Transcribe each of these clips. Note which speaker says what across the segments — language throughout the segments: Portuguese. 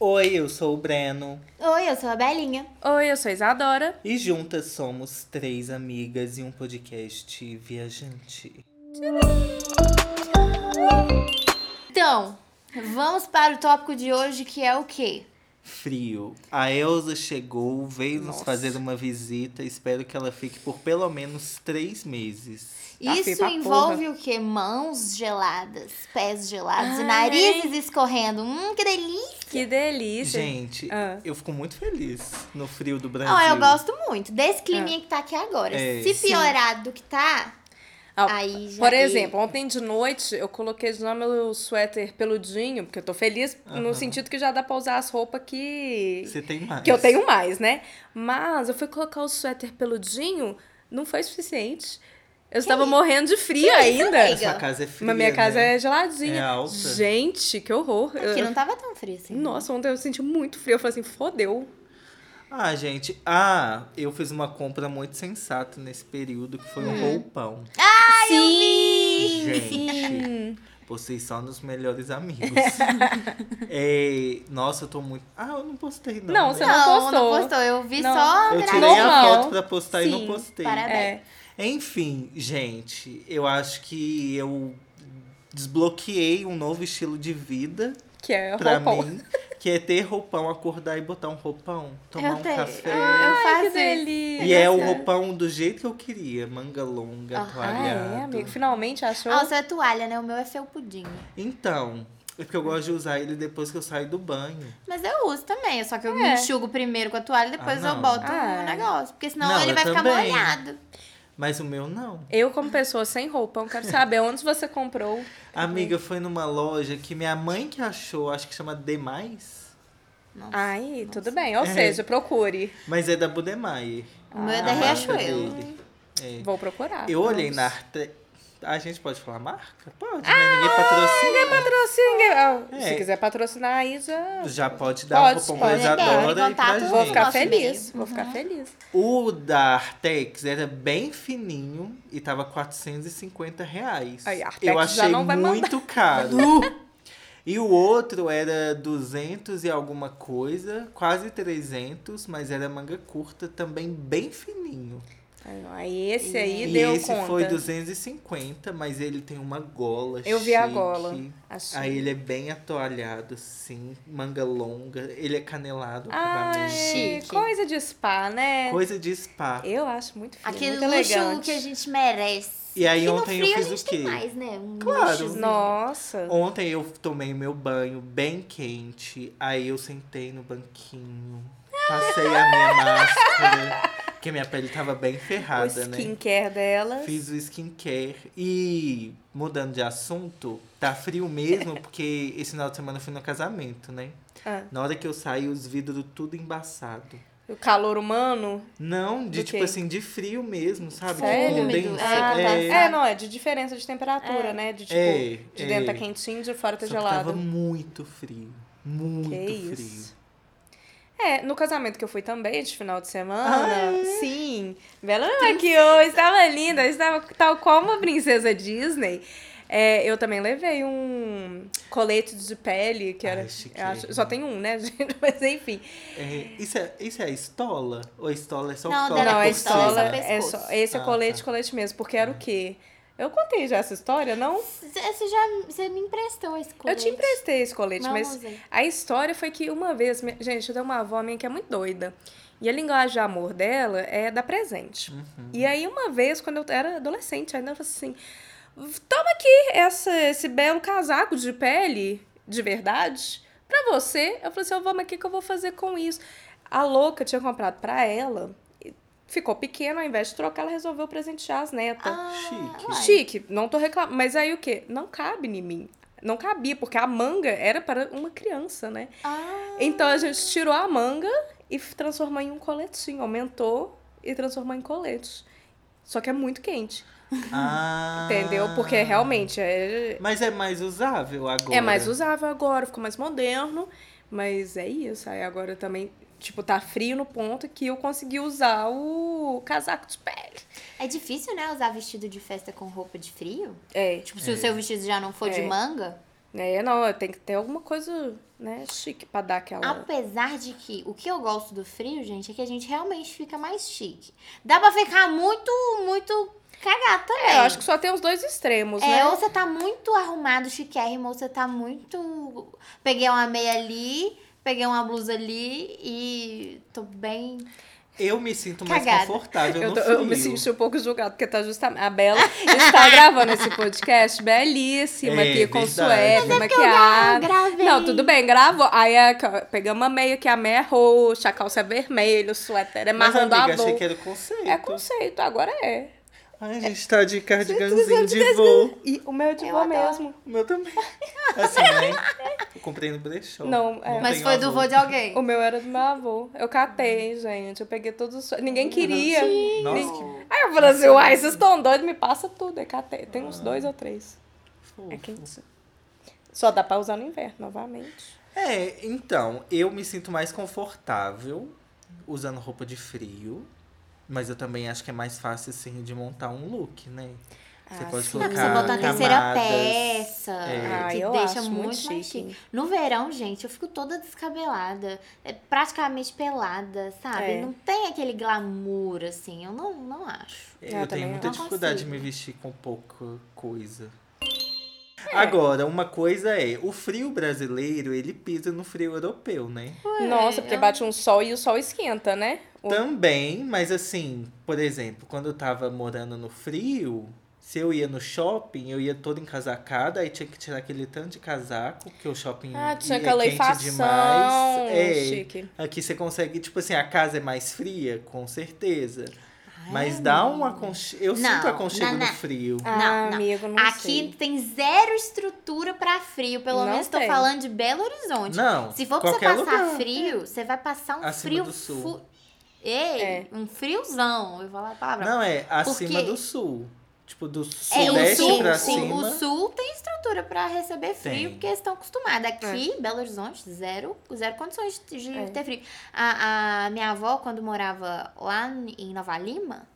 Speaker 1: Oi, eu sou o Breno
Speaker 2: Oi, eu sou a Belinha.
Speaker 3: Oi, eu sou a Isadora.
Speaker 1: e juntas somos três amigas e um podcast viajante.
Speaker 2: Então, vamos para o tópico de hoje que é o quê?
Speaker 1: Frio. A Elsa chegou, veio nos
Speaker 3: Nossa.
Speaker 1: fazer uma visita. Espero que ela fique por pelo menos três meses.
Speaker 3: Tá feio
Speaker 2: Isso
Speaker 3: pra
Speaker 2: envolve o quê? Mãos geladas, pés gelados e
Speaker 3: Ai.
Speaker 2: narizes escorrendo. Hum, que delícia!
Speaker 3: Que delícia.
Speaker 1: Gente,
Speaker 3: Ah.
Speaker 1: eu fico muito feliz no frio do Brasil.
Speaker 2: Ó, eu gosto muito desse climinha que tá aqui agora.
Speaker 1: É,
Speaker 2: Se
Speaker 1: sim.
Speaker 2: piorar do que tá,
Speaker 3: Ah,
Speaker 2: aí já
Speaker 3: Por exemplo, ontem de noite eu coloquei já meu suéter peludinho, porque eu tô feliz
Speaker 1: Aham.
Speaker 3: no sentido que já dá pra usar as roupas que.
Speaker 1: Você tem mais.
Speaker 3: que eu tenho mais, né? Mas eu fui colocar o suéter peludinho, não foi suficiente. Eu estava morrendo de frio ainda.
Speaker 2: amiga?
Speaker 1: Sua casa é fria.
Speaker 3: Mas minha casa
Speaker 1: né?
Speaker 3: é geladinha.
Speaker 1: É alta.
Speaker 3: Gente, que horror.
Speaker 2: Aqui
Speaker 3: Eu-
Speaker 2: não tava tão frio assim.
Speaker 3: Nossa, ontem eu senti muito frio. Eu falei assim, fodeu.
Speaker 1: Ah, gente. Ah, eu fiz uma compra muito sensata nesse período, que foi um roupão.
Speaker 3: Hum. Sim!
Speaker 1: Gente, vocês são os melhores amigos. É, nossa, eu tô muito. Ah, eu não postei, não.
Speaker 3: Não,
Speaker 1: né?
Speaker 3: você não
Speaker 2: não, não
Speaker 3: postou.
Speaker 2: postou. Eu vi
Speaker 3: Não.
Speaker 2: só
Speaker 1: Eu
Speaker 2: a
Speaker 1: tirei a
Speaker 3: Normal.
Speaker 1: foto pra postar e não
Speaker 3: Sim,
Speaker 1: postei.
Speaker 2: parabéns.
Speaker 3: É.
Speaker 1: Enfim, gente, eu acho que eu desbloqueei um novo estilo de vida
Speaker 3: Que é
Speaker 1: pra
Speaker 3: roupão.
Speaker 1: mim, que é ter roupão, acordar e botar um roupão, tomar
Speaker 2: Eu
Speaker 1: um
Speaker 2: tenho.
Speaker 1: café.
Speaker 2: Eu faço
Speaker 3: Ah, que
Speaker 2: isso.
Speaker 3: delícia.
Speaker 1: E é o roupão do jeito que eu queria, manga longa,
Speaker 2: Ah,
Speaker 1: ah,
Speaker 3: Ah, é, amigo. Finalmente achou.
Speaker 2: Ah, o seu é toalha, né? O meu é felpudinho.
Speaker 1: Então, é porque eu gosto de usar ele depois que eu saio do banho.
Speaker 2: Mas eu uso também, só que eu me
Speaker 3: É.
Speaker 2: enxugo primeiro com a toalha, depois
Speaker 1: Ah,
Speaker 2: eu
Speaker 1: não.
Speaker 2: boto
Speaker 3: Ah.
Speaker 2: no negócio. Porque senão
Speaker 1: Não,
Speaker 2: ele
Speaker 1: eu
Speaker 2: vai ficar
Speaker 1: também.
Speaker 2: molhado.
Speaker 1: Mas o meu não.
Speaker 3: Eu, como pessoa sem roupão, quero saber onde você comprou.
Speaker 1: Amiga, foi numa loja que minha mãe que achou, acho que chama Demais,
Speaker 2: Nossa.
Speaker 3: Ai,
Speaker 2: nossa.
Speaker 3: tudo bem. Ou
Speaker 1: É.
Speaker 3: seja, procure.
Speaker 1: mas é da Budemeyer.
Speaker 2: O meu é
Speaker 3: Ah,
Speaker 2: da
Speaker 1: a marca
Speaker 2: Riachuelo. Hum. Ah,
Speaker 1: dele. É.
Speaker 3: Vou procurar.
Speaker 1: Eu olhei na arte. A gente pode falar marca? Pode, né?
Speaker 2: Ah,
Speaker 1: Ninguém patrocina.
Speaker 3: Patrocine. Ah,
Speaker 1: É.
Speaker 3: Se quiser patrocinar, aí já.
Speaker 1: Já pode dar
Speaker 3: Pode,
Speaker 1: um cupom
Speaker 3: pode.
Speaker 1: mais
Speaker 2: Legal,
Speaker 1: adora
Speaker 2: entre
Speaker 1: e
Speaker 2: em
Speaker 1: pra
Speaker 2: contato,
Speaker 1: gente.
Speaker 3: Vou ficar
Speaker 2: Nosso
Speaker 3: feliz.
Speaker 2: e-mail.
Speaker 3: Vou ficar feliz.
Speaker 1: O da Artex era bem fininho e tava 450 reais.
Speaker 3: Aí, Artex
Speaker 1: Eu
Speaker 3: já
Speaker 1: achei
Speaker 3: não vai mandar.
Speaker 1: muito caro. E o outro era 200 e alguma coisa, quase 300, mas era manga curta, também bem fininho.
Speaker 3: Aí esse aí
Speaker 1: e
Speaker 3: deu
Speaker 1: esse
Speaker 3: conta.
Speaker 1: foi 250, mas ele tem uma gola
Speaker 3: Eu vi a
Speaker 1: chique.
Speaker 3: gola. Achei.
Speaker 1: Aí ele é bem atoalhado, assim, manga longa. Ele é canelado,
Speaker 3: Ai,
Speaker 1: acabamento.
Speaker 2: Chique.
Speaker 3: coisa de spa, né?
Speaker 1: Coisa de spa.
Speaker 3: Eu acho muito fino,
Speaker 2: Aquele
Speaker 3: muito
Speaker 2: luxo
Speaker 3: elegante.
Speaker 2: que a gente merece.
Speaker 1: E aí
Speaker 2: Que
Speaker 1: ontem
Speaker 2: no
Speaker 1: eu fiz
Speaker 2: frio a
Speaker 1: o
Speaker 2: gente
Speaker 1: quê?
Speaker 2: Tem mais, né? Um
Speaker 1: Claro.
Speaker 2: luxozinho.
Speaker 3: Nossa.
Speaker 1: Ontem eu tomei meu banho bem quente, aí eu sentei no banquinho, passei a minha máscara, porque minha pele tava bem
Speaker 3: O
Speaker 1: ferrada, né?
Speaker 3: skincare dela.
Speaker 1: Fiz o skincare e, mudando de assunto, tá frio mesmo, porque esse final de semana eu fui no casamento, né?
Speaker 3: Ah,
Speaker 1: Na hora que eu saí, os vidros tudo embaçado.
Speaker 3: o calor humano.
Speaker 1: Não, de
Speaker 3: Do
Speaker 1: tipo
Speaker 3: quê?
Speaker 1: assim, de frio mesmo, sabe? Tipo,
Speaker 3: Sério?
Speaker 1: Condensa.
Speaker 2: Ah, tá.
Speaker 1: é,
Speaker 3: É, não, é de diferença de temperatura, né? De tipo,
Speaker 1: É,
Speaker 3: de
Speaker 1: é.
Speaker 3: dentro tá quentinho, de fora tá
Speaker 1: só que tava
Speaker 3: gelado.
Speaker 1: muito frio. Muito frio.
Speaker 3: Que isso. É, no casamento que eu fui também, de final de semana.
Speaker 1: Ah, é?
Speaker 3: Sim. Bela me maquiou, estava linda, estava tal qual uma princesa Disney. É, eu também levei um colete de pele, que era.
Speaker 1: Ai, chique.
Speaker 3: eu acho- só tem um, né, gente? Mas enfim.
Speaker 1: É, isso, é, isso é a estola? Ou a estola é só
Speaker 2: Não,
Speaker 1: cola
Speaker 2: Era
Speaker 3: Não, a
Speaker 1: por
Speaker 2: pistola,
Speaker 1: cima?
Speaker 3: estola
Speaker 2: era
Speaker 3: é só.
Speaker 2: pescoço.
Speaker 3: Esse é
Speaker 1: Ah,
Speaker 3: colete,
Speaker 1: tá.
Speaker 3: colete mesmo, porque era o quê? Eu contei já essa história, não?
Speaker 2: Cê- Você já você me emprestou esse
Speaker 3: Eu
Speaker 2: colete.
Speaker 3: te emprestei esse colete,
Speaker 2: Não,
Speaker 3: mas
Speaker 2: usei.
Speaker 3: a história foi que uma vez, minha- gente, eu tenho uma avó minha que é muito doida. E a linguagem de amor dela é dar presente. E aí, uma vez, quando eu era adolescente, ainda ela falou assim: toma aqui essa, esse belo casaco de pele, de verdade, pra você. Eu falei assim: eu vou, mas o que, que eu vou fazer com isso? A louca tinha comprado pra ela, e ficou pequena, ao invés de trocar, ela resolveu presentear as netas.
Speaker 2: Ah,
Speaker 1: Chique.
Speaker 2: uai.
Speaker 3: Chique, não tô reclamando. Mas aí o quê? Não cabe em mim. Não cabia, porque a manga era para uma criança, né?
Speaker 2: Ah,
Speaker 3: Então a gente tirou a manga e f- transformou em um coletinho. Aumentou e transformou em colete. Só que é muito quente,
Speaker 1: Ah.
Speaker 3: entendeu? Porque realmente é,
Speaker 1: Mas é mais usável agora.
Speaker 3: é mais usável agora, ficou mais moderno. Mas é isso. Aí agora também, tipo, tá frio no ponto que eu consegui usar o casaco de pele.
Speaker 2: é difícil, né? Usar vestido de festa com roupa de frio.
Speaker 3: É.
Speaker 2: Tipo, se o seu vestido já não for de
Speaker 3: É.
Speaker 2: manga.
Speaker 3: É, não, tem que ter alguma coisa, né, chique pra dar aquela.
Speaker 2: Apesar de que o que eu gosto do frio, gente, é que a gente realmente fica mais chique. Dá pra ficar muito, muito cagado também.
Speaker 3: É, eu acho que só tem os dois extremos,
Speaker 2: É,
Speaker 3: né?
Speaker 2: ou você tá muito arrumado, chiquérrimo, ou você tá muito. Peguei uma meia ali, peguei uma blusa ali e tô bem.
Speaker 1: Eu me sinto mais
Speaker 2: Cagada.
Speaker 1: confortável
Speaker 3: Eu,
Speaker 1: no
Speaker 3: tô-
Speaker 1: frio.
Speaker 3: eu me senti um pouco julgado, porque tá justamente. A Bela está gravando esse podcast belíssima
Speaker 1: É,
Speaker 3: aqui, com
Speaker 1: verdade.
Speaker 3: suéter,
Speaker 2: Ah,
Speaker 3: maquiada.
Speaker 2: gravei.
Speaker 3: é Não, tudo bem, gravou. Aí a, pegamos uma meia que a meia é roxa, a calça é vermelha, o suéter é
Speaker 1: Mas,
Speaker 3: marrom do
Speaker 1: amiga, achei
Speaker 3: avô.
Speaker 1: que era o conceito.
Speaker 3: É conceito, agora é.
Speaker 1: Ai, gente, tá de cardiganzinho de voo.
Speaker 3: E o meu é de
Speaker 2: Eu
Speaker 3: vó
Speaker 2: adoro.
Speaker 3: mesmo.
Speaker 1: O meu também. Assim, né? Eu comprei no brechó.
Speaker 3: Não, é.
Speaker 2: Mas
Speaker 1: tenho
Speaker 2: foi do
Speaker 1: avô.
Speaker 2: voo de alguém.
Speaker 3: O meu era do meu avô. Eu catei, gente. Eu peguei todos os. Ninguém queria.
Speaker 1: Uhum. Nossa, que
Speaker 3: Aí eu falei assim, uai, vocês estão doidos, me passa tudo. Aí catei. Tem
Speaker 1: Ah.
Speaker 3: uns dois ou três.
Speaker 1: fofo.
Speaker 3: É quente. Só dá pra usar no inverno, novamente.
Speaker 1: É, então, eu me sinto mais confortável usando roupa de frio. Mas eu também acho que é mais fácil, assim, de montar um look, né? Você
Speaker 3: Ah,
Speaker 1: pode
Speaker 3: sim.
Speaker 2: Dá pra
Speaker 1: colocar
Speaker 2: você botar a terceira
Speaker 1: camadas.
Speaker 2: peça,
Speaker 1: É.
Speaker 3: Ah,
Speaker 2: que
Speaker 3: eu
Speaker 2: deixa
Speaker 3: acho
Speaker 2: muito,
Speaker 3: muito
Speaker 2: mais
Speaker 3: chique.
Speaker 2: chique. No verão, gente, eu fico toda descabelada, é, praticamente pelada, sabe?
Speaker 3: É.
Speaker 2: Não tem aquele glamour, assim, eu não, não acho.
Speaker 1: É,
Speaker 3: Eu
Speaker 1: Eu,
Speaker 3: também
Speaker 1: tenho muita
Speaker 2: não
Speaker 1: dificuldade
Speaker 2: consigo.
Speaker 1: de me vestir com pouca coisa.
Speaker 2: É.
Speaker 1: Agora, uma coisa é, o frio brasileiro, ele pisa no frio europeu, né?
Speaker 3: Nossa,
Speaker 2: é
Speaker 3: porque bate um sol e o sol esquenta, né? O-
Speaker 1: Também, mas assim, por exemplo, quando eu tava morando no frio, se eu ia no shopping, eu ia toda encasacada, aí tinha que tirar aquele tanto de casaco, porque o shopping
Speaker 3: Ah, tinha
Speaker 1: ia
Speaker 3: aquela
Speaker 1: Hum, é quente
Speaker 3: leifação.
Speaker 1: demais. É,
Speaker 3: Chique.
Speaker 1: aqui você consegue, tipo assim, a casa é mais fria, com certeza.
Speaker 2: Ai,
Speaker 1: Mas dá um
Speaker 2: amigo.
Speaker 1: aconchego. Eu
Speaker 2: Não,
Speaker 1: sinto aconchego
Speaker 2: não,
Speaker 1: no
Speaker 2: não.
Speaker 1: frio.
Speaker 3: Ah,
Speaker 2: Não, não.
Speaker 3: amigo, não
Speaker 2: Aqui
Speaker 3: sei.
Speaker 2: tem zero estrutura pra frio, pelo
Speaker 3: Não
Speaker 2: menos tô
Speaker 3: tem.
Speaker 2: falando de Belo Horizonte.
Speaker 1: Não.
Speaker 2: Se for pra você
Speaker 1: qualquer
Speaker 2: passar
Speaker 1: lugar. é.
Speaker 2: frio, você vai passar um
Speaker 1: Acima
Speaker 2: frio.
Speaker 1: do sul.
Speaker 2: fu- Ei,
Speaker 3: É.
Speaker 2: um friozão. Eu vou falar a palavra.
Speaker 1: Não, é acima
Speaker 2: Porque-
Speaker 1: do sul. Tipo, do
Speaker 2: É, o
Speaker 1: sudeste
Speaker 2: sul,
Speaker 1: pra
Speaker 2: o-
Speaker 1: cima.
Speaker 2: o sul tem estrutura pra receber frio,
Speaker 1: Tem.
Speaker 2: porque eles estão acostumados. Aqui, Belo Horizonte, zero, zero condições de, de
Speaker 3: É.
Speaker 2: ter frio. A, a minha avó, quando morava lá em Nova Lima,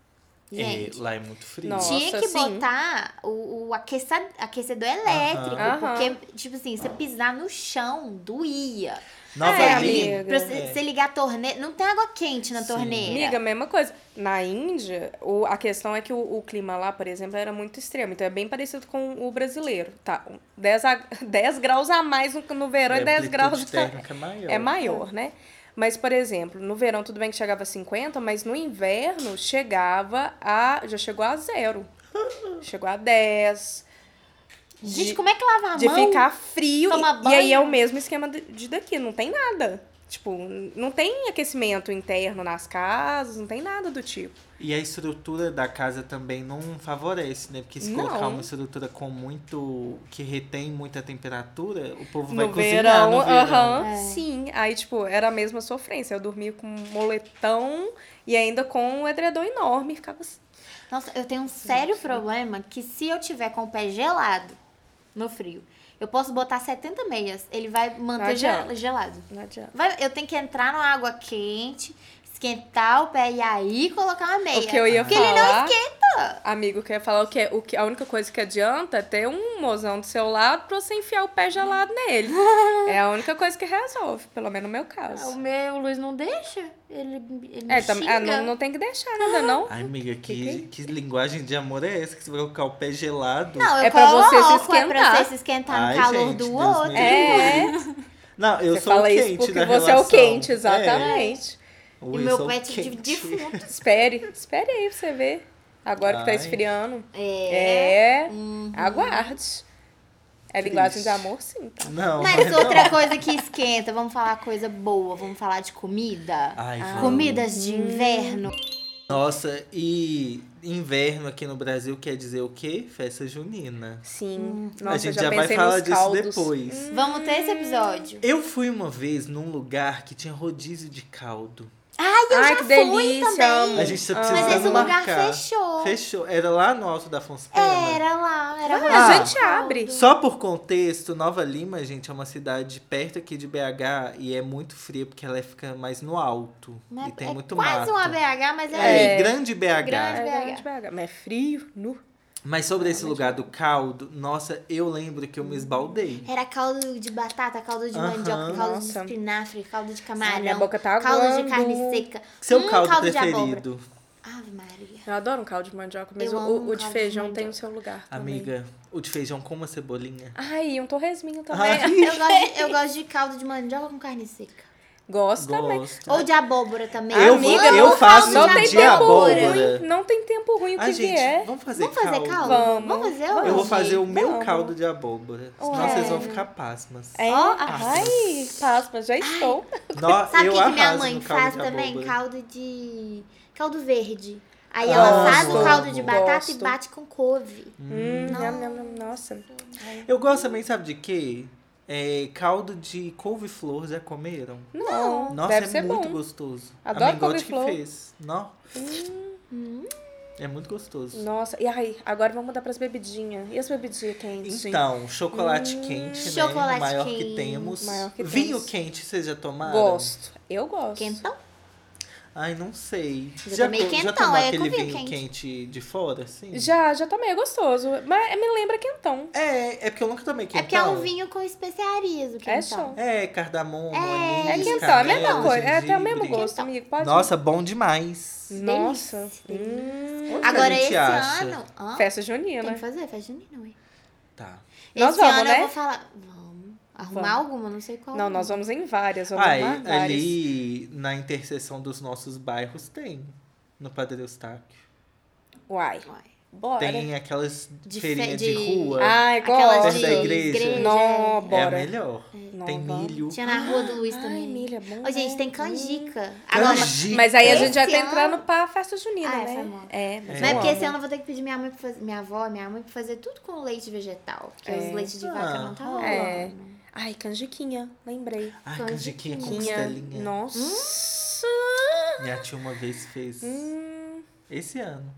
Speaker 1: É,
Speaker 2: gente,
Speaker 1: lá é muito frio.
Speaker 3: Nossa.
Speaker 2: tinha que
Speaker 3: sim.
Speaker 2: botar o, o aqueça- aquecedor elétrico,
Speaker 3: Aham.
Speaker 2: porque, tipo assim, você pisar no chão, doía.
Speaker 1: Nova Lima.
Speaker 3: É, amiga.
Speaker 2: Pra você,
Speaker 1: É.
Speaker 2: você ligar a torneira, não tem água quente na
Speaker 1: Sim.
Speaker 2: torneira.
Speaker 3: Amiga, mesma coisa. Na Índia, o- a questão é que o, o clima lá, por exemplo, era muito extremo. Então é bem parecido com o brasileiro. Tá, 10, a- 10 graus a mais no, no verão e 10
Speaker 1: É, amplitude
Speaker 3: graus de
Speaker 1: térmica maior.
Speaker 3: é maior, né? Mas, por exemplo, no verão tudo bem que chegava a 50, mas no inverno chegava a. Já chegou a zero. Chegou a 10.
Speaker 2: Gente,
Speaker 3: de-
Speaker 2: como é que lava a
Speaker 3: de
Speaker 2: mão?
Speaker 3: ficar frio.
Speaker 2: Tomar
Speaker 3: e, e aí é
Speaker 2: banho.
Speaker 3: o mesmo esquema de, de daqui, não tem nada. Tipo, não tem aquecimento interno nas casas, não tem nada do tipo.
Speaker 1: E a estrutura da casa também não favorece, né? Porque se
Speaker 3: Não.
Speaker 1: colocar uma estrutura com muito. que retém muita temperatura, o povo vai
Speaker 3: No
Speaker 1: cozinhar
Speaker 3: verão,
Speaker 1: no verão.
Speaker 3: aham,
Speaker 2: É.
Speaker 3: sim. Aí, tipo, era a mesma sofrência. Eu dormia com um moletão e ainda com um edredom enorme. Ficava assim.
Speaker 2: Nossa, eu tenho um sério problema que se eu tiver com o pé gelado no frio, eu posso botar 70 meias, ele vai manter gel-
Speaker 3: adianta.
Speaker 2: gelado.
Speaker 3: Não adianta.
Speaker 2: Vai- eu tenho que entrar numa água quente, esquentar o pé e aí colocar uma meia.
Speaker 3: O que eu ia
Speaker 2: Porque
Speaker 3: falar.
Speaker 2: ele não
Speaker 3: esquenta. Amigo, o que eu ia falar o que, é- o que a única coisa que adianta é ter um mozão do seu lado pra você enfiar o pé gelado nele. é a única coisa que resolve, pelo menos no meu
Speaker 2: O
Speaker 3: caso.
Speaker 2: meu Luiz não deixa. Ele, ele me
Speaker 3: É, tam- ah,
Speaker 2: xinga.
Speaker 3: não, não tem que deixar nada, não.
Speaker 1: Ai, amiga,
Speaker 3: Que é
Speaker 1: que, que linguagem de amor é essa? Que você vai colocar o pé gelado?
Speaker 2: Não, eu
Speaker 3: É pra
Speaker 2: coloco,
Speaker 3: você se
Speaker 2: É pra
Speaker 3: esquentar.
Speaker 2: você se esquentar
Speaker 1: Ai,
Speaker 2: no calor
Speaker 1: gente,
Speaker 2: do
Speaker 1: Deus me
Speaker 2: outro.
Speaker 1: livre.
Speaker 3: É,
Speaker 1: Não, eu
Speaker 3: você
Speaker 1: sou o
Speaker 3: fala
Speaker 1: quente
Speaker 3: isso porque
Speaker 1: da
Speaker 3: você é o
Speaker 1: relação.
Speaker 3: quente, exatamente.
Speaker 1: É,
Speaker 2: E
Speaker 1: eu
Speaker 2: meu
Speaker 1: sou
Speaker 2: pé de, de
Speaker 1: quente.
Speaker 2: defunto.
Speaker 3: Espere, espere aí pra você ver. Agora que tá
Speaker 1: Ai.
Speaker 3: esfriando.
Speaker 2: É.
Speaker 3: É, aguarde. É
Speaker 1: Triste.
Speaker 3: linguagem de amor, sim, tá?
Speaker 1: Não,
Speaker 2: Mas
Speaker 1: não.
Speaker 2: outra coisa que esquenta, vamos falar coisa boa, vamos falar de comida.
Speaker 1: Ai, vamos.
Speaker 3: Ah.
Speaker 2: Comidas
Speaker 3: Hum.
Speaker 2: de inverno.
Speaker 1: Nossa, e inverno aqui no Brasil quer dizer o quê? Festa junina.
Speaker 3: Sim. Nossa,
Speaker 1: a gente
Speaker 3: já,
Speaker 1: já, vai
Speaker 3: pensei
Speaker 1: falar
Speaker 3: nos
Speaker 1: disso
Speaker 3: caldos.
Speaker 1: depois.
Speaker 2: Vamos ter esse episódio.
Speaker 1: Eu fui uma vez num lugar que tinha rodízio de caldo.
Speaker 3: Ai, que delícia.
Speaker 2: também.
Speaker 3: amo.
Speaker 1: A gente tá
Speaker 3: Mas
Speaker 1: precisando
Speaker 2: Mas é esse lugar
Speaker 1: marcar.
Speaker 2: fechou.
Speaker 1: Fechou. né? Era lá no Alto da Afonso Pena.
Speaker 2: Era lá, era lá.
Speaker 1: Ah.
Speaker 3: A gente abre.
Speaker 1: Só por contexto, Nova Lima, gente, é uma cidade perto aqui de BH e é muito fria porque ela fica mais no alto.
Speaker 2: Mas
Speaker 1: e tem
Speaker 2: é
Speaker 1: muito mato.
Speaker 2: quase uma BH, mas é,
Speaker 1: É,
Speaker 3: É.
Speaker 1: grande BH.
Speaker 2: Grande.
Speaker 3: É, grande BH. Mas é frio, nu.
Speaker 1: Mas sobre esse lugar do caldo, nossa, eu lembro que eu me esbaldei.
Speaker 2: Era caldo de batata, caldo de
Speaker 1: Aham.
Speaker 2: mandioca, caldo de
Speaker 3: Nossa.
Speaker 2: espinafre, caldo de
Speaker 3: Ai,
Speaker 2: camarão,
Speaker 3: minha boca tá
Speaker 2: caldo de
Speaker 3: aguando.
Speaker 2: carne seca.
Speaker 1: Seu
Speaker 2: um
Speaker 1: caldo,
Speaker 2: caldo de abóbora.
Speaker 1: preferido,
Speaker 2: Ave Maria.
Speaker 3: Eu adoro um caldo de mandioca, mas
Speaker 2: Eu
Speaker 3: o,
Speaker 2: amo
Speaker 3: o-
Speaker 2: um
Speaker 3: o
Speaker 2: caldo
Speaker 3: de
Speaker 2: de
Speaker 3: feijão tem o
Speaker 2: mandioca.
Speaker 3: seu lugar. também.
Speaker 1: amiga? Ah, O de feijão com uma cebolinha.
Speaker 3: Ai, um torresminho também.
Speaker 1: Ai,
Speaker 2: Eu gosto, de, eu gosto de caldo de mandioca com carne seca.
Speaker 3: Gosto também.
Speaker 1: gosto.
Speaker 2: Ou de abóbora também.
Speaker 1: Eu
Speaker 2: Amiga,
Speaker 1: vou- eu
Speaker 2: amo
Speaker 1: faço
Speaker 2: caldo
Speaker 3: não
Speaker 2: de
Speaker 3: tem
Speaker 1: de
Speaker 3: tempo
Speaker 1: abóbora.
Speaker 3: ruim. Não tem tempo ruim o que é.
Speaker 1: Ah, gente,
Speaker 3: vier.
Speaker 1: vamos fazer
Speaker 2: Vamos fazer caldo?
Speaker 3: Vamos.
Speaker 2: fazer
Speaker 3: Eu
Speaker 2: hoje?
Speaker 1: Eu vou fazer o meu
Speaker 3: Vamos.
Speaker 1: caldo de abóbora. Senão
Speaker 3: Ué.
Speaker 1: vocês vão ficar pasmas.
Speaker 3: É.
Speaker 2: Ó,
Speaker 3: Ai, paspa, já estou.
Speaker 1: Nó-
Speaker 2: Sabe
Speaker 1: eu
Speaker 2: o que, que minha
Speaker 1: arraso
Speaker 2: mãe
Speaker 1: no caldo
Speaker 2: faz
Speaker 1: de
Speaker 2: também?
Speaker 1: abóbora.
Speaker 2: Caldo de. caldo verde. Aí
Speaker 1: Ah,
Speaker 2: ela faz o
Speaker 1: gosto.
Speaker 2: caldo de batata e
Speaker 3: Gosto.
Speaker 2: bate com couve.
Speaker 3: Hum, nham, nham, nham, nossa.
Speaker 1: Eu gosto também, sabe de quê? É, caldo de couve-flor, já comeram?
Speaker 3: Não,
Speaker 1: Nossa,
Speaker 3: Hum, deve
Speaker 1: é
Speaker 3: ser
Speaker 1: muito
Speaker 3: bom.
Speaker 1: gostoso.
Speaker 3: Adoro
Speaker 1: a Mengote que
Speaker 3: couve-flor. Hum,
Speaker 1: fez. Não. É muito gostoso.
Speaker 3: Nossa, e aí, agora vamos mudar pras bebidinhas. E as bebidinhas quentes?
Speaker 1: Então, chocolate quente, né?
Speaker 2: Chocolate
Speaker 1: O maior
Speaker 2: quente.
Speaker 1: que temos.
Speaker 3: Hum, Maior que
Speaker 1: Vinho
Speaker 3: temos.
Speaker 1: quente, vocês já tomaram?
Speaker 3: Gosto. Eu gosto.
Speaker 2: Quentão? É
Speaker 1: Ai, não sei.
Speaker 2: Eu
Speaker 1: já,
Speaker 2: tomei
Speaker 1: to- já
Speaker 2: quentão,
Speaker 1: tomou
Speaker 2: é,
Speaker 1: aquele
Speaker 2: com vinho
Speaker 1: vinho quente. de fora, assim?
Speaker 3: Já, já também é gostoso. Mas me lembra quentão.
Speaker 1: É, é porque eu nunca tomei quentão.
Speaker 2: É porque é um vinho com especiarias, o quentão.
Speaker 3: show.
Speaker 1: É, cardamomo,
Speaker 2: É,
Speaker 3: É
Speaker 1: anis,
Speaker 3: quentão, é a
Speaker 1: canela,
Speaker 3: mesma coisa. É até o mesmo
Speaker 1: gengibre.
Speaker 3: gosto,
Speaker 2: Quentão.
Speaker 3: amigo. Pode
Speaker 1: Nossa, bom demais.
Speaker 3: ir. Nossa.
Speaker 2: Delícia.
Speaker 3: Hum,
Speaker 1: Onde que a
Speaker 2: Agora
Speaker 1: gente
Speaker 2: esse
Speaker 1: acha? né?
Speaker 2: ano. Hã?
Speaker 3: festa
Speaker 2: Tem
Speaker 3: junina.
Speaker 2: que fazer, faz junina, ué.
Speaker 1: Tá.
Speaker 2: Esse
Speaker 3: Nós vamos,
Speaker 2: ano
Speaker 3: né?
Speaker 2: eu vou falar. Vamos. Arrumar
Speaker 3: Vamos.
Speaker 2: alguma? Não sei qual.
Speaker 3: Não, nós vamos em várias. Vamos
Speaker 1: Ai,
Speaker 3: armar várias.
Speaker 1: Ah, ali na interseção dos nossos bairros tem. No Padre Eustáquio.
Speaker 3: Uai,
Speaker 2: Ué.
Speaker 3: bora.
Speaker 1: Tem aquelas
Speaker 2: De
Speaker 1: feirinhas de,
Speaker 2: fe- de-
Speaker 1: rua.
Speaker 3: Ai,
Speaker 2: Aquelas
Speaker 1: Perto
Speaker 3: gosto.
Speaker 1: da igreja.
Speaker 3: Nó,
Speaker 2: é.
Speaker 1: é a
Speaker 3: Ah, bora.
Speaker 1: melhor.
Speaker 3: Não,
Speaker 1: tem
Speaker 3: vamos.
Speaker 1: milho.
Speaker 2: Tinha na rua do Luiz
Speaker 3: Ai,
Speaker 2: também.
Speaker 3: milho é bom,
Speaker 2: Ô, gente,
Speaker 3: né?
Speaker 2: tem canjica.
Speaker 1: Canjica.
Speaker 3: Ah, Mas aí a gente já
Speaker 2: Hum. Esse
Speaker 3: tá entrando
Speaker 2: ano-
Speaker 3: pra festa junina,
Speaker 2: Ah, essa é
Speaker 3: né?
Speaker 2: moda.
Speaker 3: É,
Speaker 1: É.
Speaker 2: Mas é
Speaker 3: eu
Speaker 2: porque
Speaker 3: amo.
Speaker 2: esse ano eu vou ter que pedir minha mãe pra fazer, minha avó, minha mãe pra fazer tudo com leite vegetal. Porque
Speaker 3: É.
Speaker 2: os leites de vaca não tá
Speaker 1: Ah,
Speaker 2: rolando.
Speaker 3: é. Ai, canjiquinha, lembrei.
Speaker 1: Ai, canjiquinha com
Speaker 3: Quinha.
Speaker 1: costelinha. Hum?
Speaker 3: Nossa.
Speaker 1: Minha tia uma vez fez.
Speaker 3: Hum.
Speaker 1: Esse ano.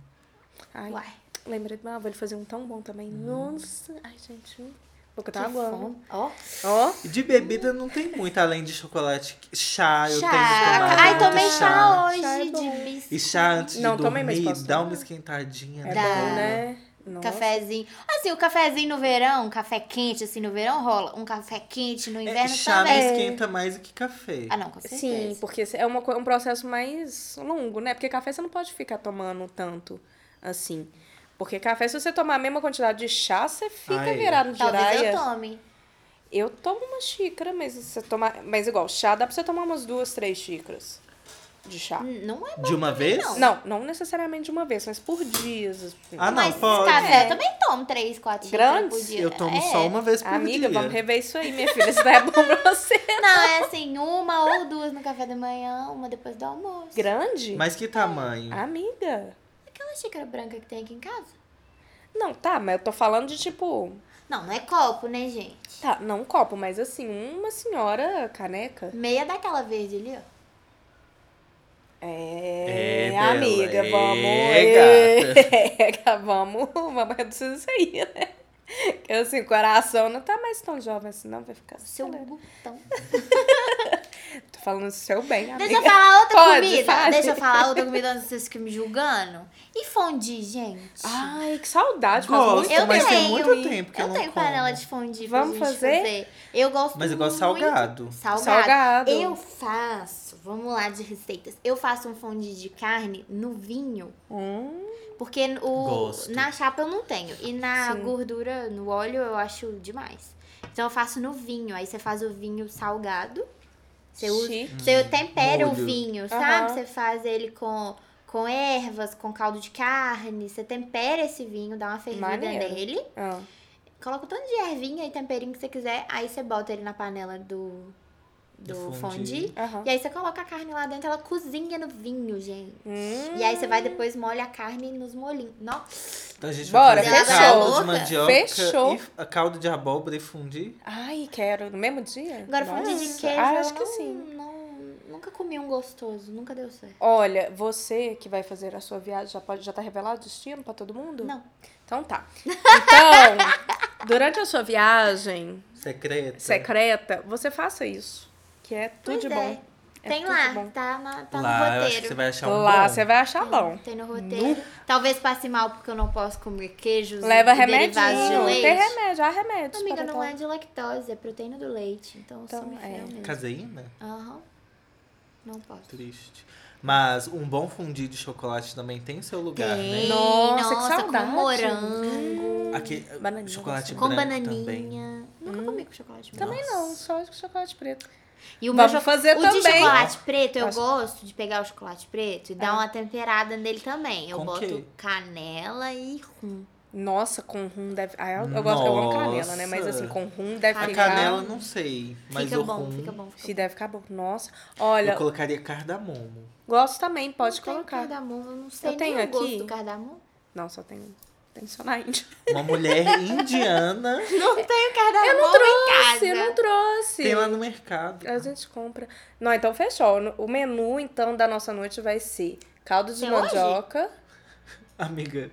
Speaker 3: Ai,
Speaker 2: Uai,
Speaker 3: lembrei do meu avô, ele fazia um tão bom também. Nossa. Ai, gente. Boca
Speaker 2: Hum. que
Speaker 3: tá aguando.
Speaker 2: fome. Ó,
Speaker 3: Ó.
Speaker 1: E de bebida não tem muito, além de chocolate. Chá, Ah, eu tenho um
Speaker 2: chá.
Speaker 1: tomado
Speaker 2: Ai,
Speaker 1: muito
Speaker 2: tomei chá hoje
Speaker 3: Chá é
Speaker 2: de
Speaker 3: bom.
Speaker 2: biscoito.
Speaker 1: E chá antes
Speaker 3: Não,
Speaker 1: de
Speaker 3: tomei, mas
Speaker 1: dormir,
Speaker 3: posso
Speaker 1: dá
Speaker 3: tomar.
Speaker 1: uma esquentadinha.
Speaker 3: É
Speaker 2: Tá.
Speaker 1: dá.
Speaker 3: bom, né? Nossa.
Speaker 2: Cafezinho. Assim, o cafezinho no verão, um café quente assim no verão rola. Um café quente no
Speaker 1: É,
Speaker 2: inverno
Speaker 1: chá não
Speaker 2: também.
Speaker 1: esquenta mais do que café.
Speaker 2: Ah, não, com certeza.
Speaker 3: Sim, porque é uma, co- é um processo mais longo, né? Porque café você não pode ficar tomando tanto assim. Porque café, se você tomar a mesma quantidade de chá, você fica
Speaker 1: Ah, é.
Speaker 3: virado de
Speaker 2: Talvez
Speaker 3: raia.
Speaker 2: eu tome.
Speaker 3: Eu tomo uma xícara, mas você tomar. Mas igual, chá dá pra você tomar umas duas, três xícaras de chá.
Speaker 2: Não é bom.
Speaker 1: De uma vez?
Speaker 2: não.
Speaker 3: Não, não necessariamente de uma vez, mas por dias. assim.
Speaker 1: Ah, não,
Speaker 2: Mas
Speaker 1: pode.
Speaker 2: café
Speaker 3: É.
Speaker 2: eu também tomo três, quatro xícaras
Speaker 3: Grandes?
Speaker 2: por dia.
Speaker 1: Eu tomo
Speaker 2: É.
Speaker 1: só uma vez por
Speaker 3: Amiga,
Speaker 1: dia.
Speaker 3: vamos rever isso aí, minha filha. Isso não é bom pra você.
Speaker 2: Não, é assim, uma ou duas no café da manhã, uma depois do almoço.
Speaker 3: Grande?
Speaker 1: Mas que tamanho?
Speaker 3: Ah, Amiga.
Speaker 2: Aquela xícara branca que tem aqui em casa?
Speaker 3: Não, tá, mas eu tô falando de tipo.
Speaker 2: Não, não é copo, né, gente?
Speaker 3: Tá, não um copo, mas assim, uma senhora caneca.
Speaker 2: Meia daquela verde ali, ó.
Speaker 3: É,
Speaker 1: É,
Speaker 3: amiga,
Speaker 1: Bela, é,
Speaker 3: vamos.
Speaker 1: gata.
Speaker 3: É, gata, vamos, vamos reduzir isso aí, né? Porque assim, o coração não tá mais tão jovem assim, não, vai ficar
Speaker 2: Seu
Speaker 3: acelerado.
Speaker 2: botão.
Speaker 3: Tô falando do seu bem, amiga.
Speaker 2: Deixa eu falar outra
Speaker 3: Pode,
Speaker 2: comida.
Speaker 3: fale.
Speaker 2: Deixa eu falar outra comida antes de vocês ficam me julgando. E fondue, gente?
Speaker 3: Ai, que saudade. faz
Speaker 1: Gosto,
Speaker 3: muito
Speaker 2: eu
Speaker 1: mas
Speaker 2: tenho,
Speaker 1: tem muito tempo que eu,
Speaker 2: eu
Speaker 1: não
Speaker 2: tenho
Speaker 1: como.
Speaker 2: panela de fondue
Speaker 3: Vamos
Speaker 2: pra gente
Speaker 3: fazer?
Speaker 2: Eu gosto
Speaker 1: Mas eu gosto
Speaker 2: muito-
Speaker 1: salgado.
Speaker 2: Salgado.
Speaker 3: Salgado.
Speaker 2: Eu faço, vamos lá de receitas. Eu faço um fondue de carne no vinho,
Speaker 3: Hum,
Speaker 2: porque o
Speaker 1: Gosto.
Speaker 2: na chapa eu não tenho e na
Speaker 3: Sim.
Speaker 2: gordura, no óleo eu acho demais. Então eu faço no vinho, aí você faz o vinho salgado. Você usa
Speaker 3: chique.
Speaker 2: você tempera o
Speaker 1: Hum, molho.
Speaker 2: vinho, sabe?
Speaker 3: Aham.
Speaker 2: Você faz ele com, com ervas, com caldo de carne. Você tempera esse vinho, dá uma fervida
Speaker 3: Maneiro.
Speaker 2: nele.
Speaker 3: Ah,
Speaker 2: Coloca o tanto de ervinha e temperinho que você quiser. Aí você bota ele na panela do,
Speaker 1: Do
Speaker 2: do
Speaker 1: fondue.
Speaker 2: fondue.
Speaker 3: aham.
Speaker 2: E aí você coloca a carne lá dentro, ela cozinha no vinho, gente.
Speaker 3: Hum.
Speaker 2: E aí você vai depois molha a carne nos molinhos. Nossa,
Speaker 1: Então a gente
Speaker 3: Bora,
Speaker 1: vai fazer
Speaker 2: fechou.
Speaker 1: caldo de
Speaker 2: Louca?
Speaker 1: mandioca
Speaker 3: Fechou.
Speaker 1: e f- caldo de abóbora e fundir.
Speaker 3: Ai, quero. No mesmo dia?
Speaker 2: agora fondue de
Speaker 3: Nossa,
Speaker 2: queijo.
Speaker 3: ah,
Speaker 2: eu
Speaker 3: acho que
Speaker 2: não-
Speaker 3: sim.
Speaker 2: não- nunca comi um gostoso, nunca deu certo.
Speaker 3: Olha, você que vai fazer a sua viagem, já, pode, já tá revelado o destino pra todo mundo?
Speaker 2: Não.
Speaker 3: Então tá. Então, durante a sua viagem
Speaker 1: Secreto.
Speaker 3: secreta, você faça isso. Que é tudo
Speaker 2: Pois
Speaker 3: de
Speaker 2: é.
Speaker 3: bom.
Speaker 2: Tem
Speaker 3: tudo
Speaker 2: lá,
Speaker 3: bom.
Speaker 2: tá, na, tá
Speaker 1: Lá
Speaker 2: no
Speaker 1: eu acho que
Speaker 2: roteiro.
Speaker 1: você vai achar um
Speaker 3: Lá
Speaker 1: bom.
Speaker 3: você vai achar Tá bom.
Speaker 2: Tem no roteiro. Talvez passe mal porque eu não posso comer queijos
Speaker 3: Leva
Speaker 2: e derivados de
Speaker 3: remedinho.
Speaker 2: leite.
Speaker 3: Tem remédio, há remédio.
Speaker 2: Amiga, não é de lactose, é proteína do leite. Então, eu só
Speaker 3: Então,
Speaker 2: me
Speaker 3: é.
Speaker 2: ferro mesmo.
Speaker 1: Caseína?
Speaker 2: Aham. Não posso.
Speaker 1: Triste. Mas um bom fundi de chocolate também tem seu lugar,
Speaker 2: Tem,
Speaker 1: né?
Speaker 3: Nossa, que
Speaker 2: com
Speaker 3: saudade. Hum.
Speaker 2: morango,
Speaker 1: Aqui,
Speaker 3: Bananinha,
Speaker 1: chocolate
Speaker 3: gostoso.
Speaker 2: com
Speaker 1: branco
Speaker 2: bananinha.
Speaker 1: também.
Speaker 2: Nunca comi com chocolate branco.
Speaker 3: Hum. Também não, só chocolate preto.
Speaker 2: E o
Speaker 3: Vamos
Speaker 2: meu cho-
Speaker 3: fazer
Speaker 2: o de
Speaker 3: também.
Speaker 2: chocolate preto, eu
Speaker 3: Acho- É.
Speaker 2: gosto de pegar o chocolate preto e dar uma temperada nele também. Eu
Speaker 1: Com
Speaker 2: boto
Speaker 1: quê?
Speaker 2: canela e rum.
Speaker 3: Nossa, com rum deve. Ah, eu, eu gosto, eu amo canela, né? Mas assim,
Speaker 1: Nossa.
Speaker 3: com rum deve
Speaker 1: A
Speaker 3: ficar.
Speaker 1: canela não sei, mas
Speaker 2: Fica
Speaker 1: o
Speaker 2: bom,
Speaker 1: rum,
Speaker 2: fica bom, fica
Speaker 3: Se
Speaker 2: bom.
Speaker 3: deve ficar bom. Nossa.
Speaker 1: eu
Speaker 3: Olha,
Speaker 1: colocaria cardamomo.
Speaker 3: gosto também, pode
Speaker 2: Não tem
Speaker 3: colocar.
Speaker 2: cardamomo, eu não sei
Speaker 3: Eu tenho
Speaker 2: nem o gosto
Speaker 3: aqui.
Speaker 2: do cardamomo.
Speaker 3: Não, só tem. Tem só na Índia.
Speaker 1: Uma mulher indiana
Speaker 2: Não tenho cardamomo
Speaker 3: É. Eu não
Speaker 2: em casa.
Speaker 3: trouxe, eu não trouxe.
Speaker 1: tem lá no mercado.
Speaker 3: A gente compra. Não, então fechou. O menu, então, da nossa noite vai ser caldo de
Speaker 2: Tem
Speaker 3: mandioca.
Speaker 1: Amiga,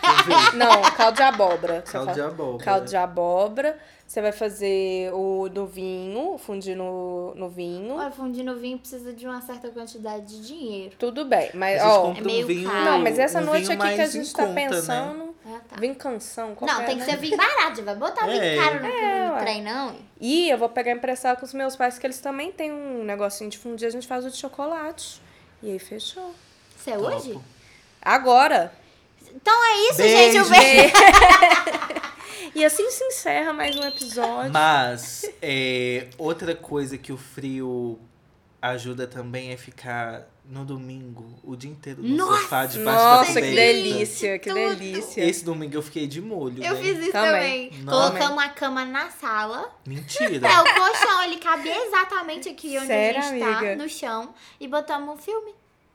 Speaker 1: quer ver?
Speaker 3: Não, caldo de abóbora. que você
Speaker 1: caldo
Speaker 3: fala.
Speaker 1: de abóbora.
Speaker 3: Caldo de abóbora. Você vai fazer o do vinho, fundir no, no
Speaker 1: Hum?
Speaker 3: vinho.
Speaker 2: Olha, fundir no vinho precisa de uma certa quantidade de dinheiro.
Speaker 3: Tudo bem,
Speaker 1: A
Speaker 3: mas,
Speaker 1: gente
Speaker 3: ó.
Speaker 1: compra
Speaker 2: É meio
Speaker 1: um vinho,
Speaker 2: caro.
Speaker 3: Não, mas essa
Speaker 1: um
Speaker 3: noite
Speaker 1: vinho
Speaker 3: aqui que a
Speaker 1: mais
Speaker 3: gente
Speaker 1: em
Speaker 3: tá
Speaker 1: conta, né?
Speaker 3: pensando.
Speaker 2: Ah, tá.
Speaker 3: Vim canção, qual
Speaker 2: não,
Speaker 3: é,
Speaker 2: tem que
Speaker 3: né?
Speaker 2: ser vinho barato, já vai botar vinho
Speaker 1: É.
Speaker 2: caro no, no
Speaker 3: ué.
Speaker 2: trem, não?
Speaker 3: E eu vou pegar emprestado com os meus pais, que eles também têm um negocinho de fundir, a gente faz o de chocolate. E aí fechou.
Speaker 2: Isso é
Speaker 1: Topo.
Speaker 2: hoje?
Speaker 3: Agora!
Speaker 2: Então é isso,
Speaker 1: Beijo.
Speaker 2: gente. Eu vejo.
Speaker 3: E assim se encerra mais um episódio.
Speaker 1: Mas é, outra coisa que o frio ajuda também é ficar no domingo o dia inteiro no
Speaker 2: Nossa!
Speaker 1: sofá debaixo
Speaker 3: Nossa,
Speaker 1: da
Speaker 3: que
Speaker 1: coberta.
Speaker 3: delícia, que
Speaker 2: Tudo.
Speaker 3: delícia.
Speaker 1: Esse domingo eu fiquei de molho,
Speaker 2: Eu
Speaker 1: né?
Speaker 2: fiz isso também.
Speaker 3: Também.
Speaker 1: Não.
Speaker 2: Colocamos a cama na sala.
Speaker 1: Mentira.
Speaker 2: É, o colchão, ele cabia exatamente aqui onde
Speaker 3: Sério,
Speaker 2: a gente tá,
Speaker 3: amiga?
Speaker 2: no chão. E botamos um filme.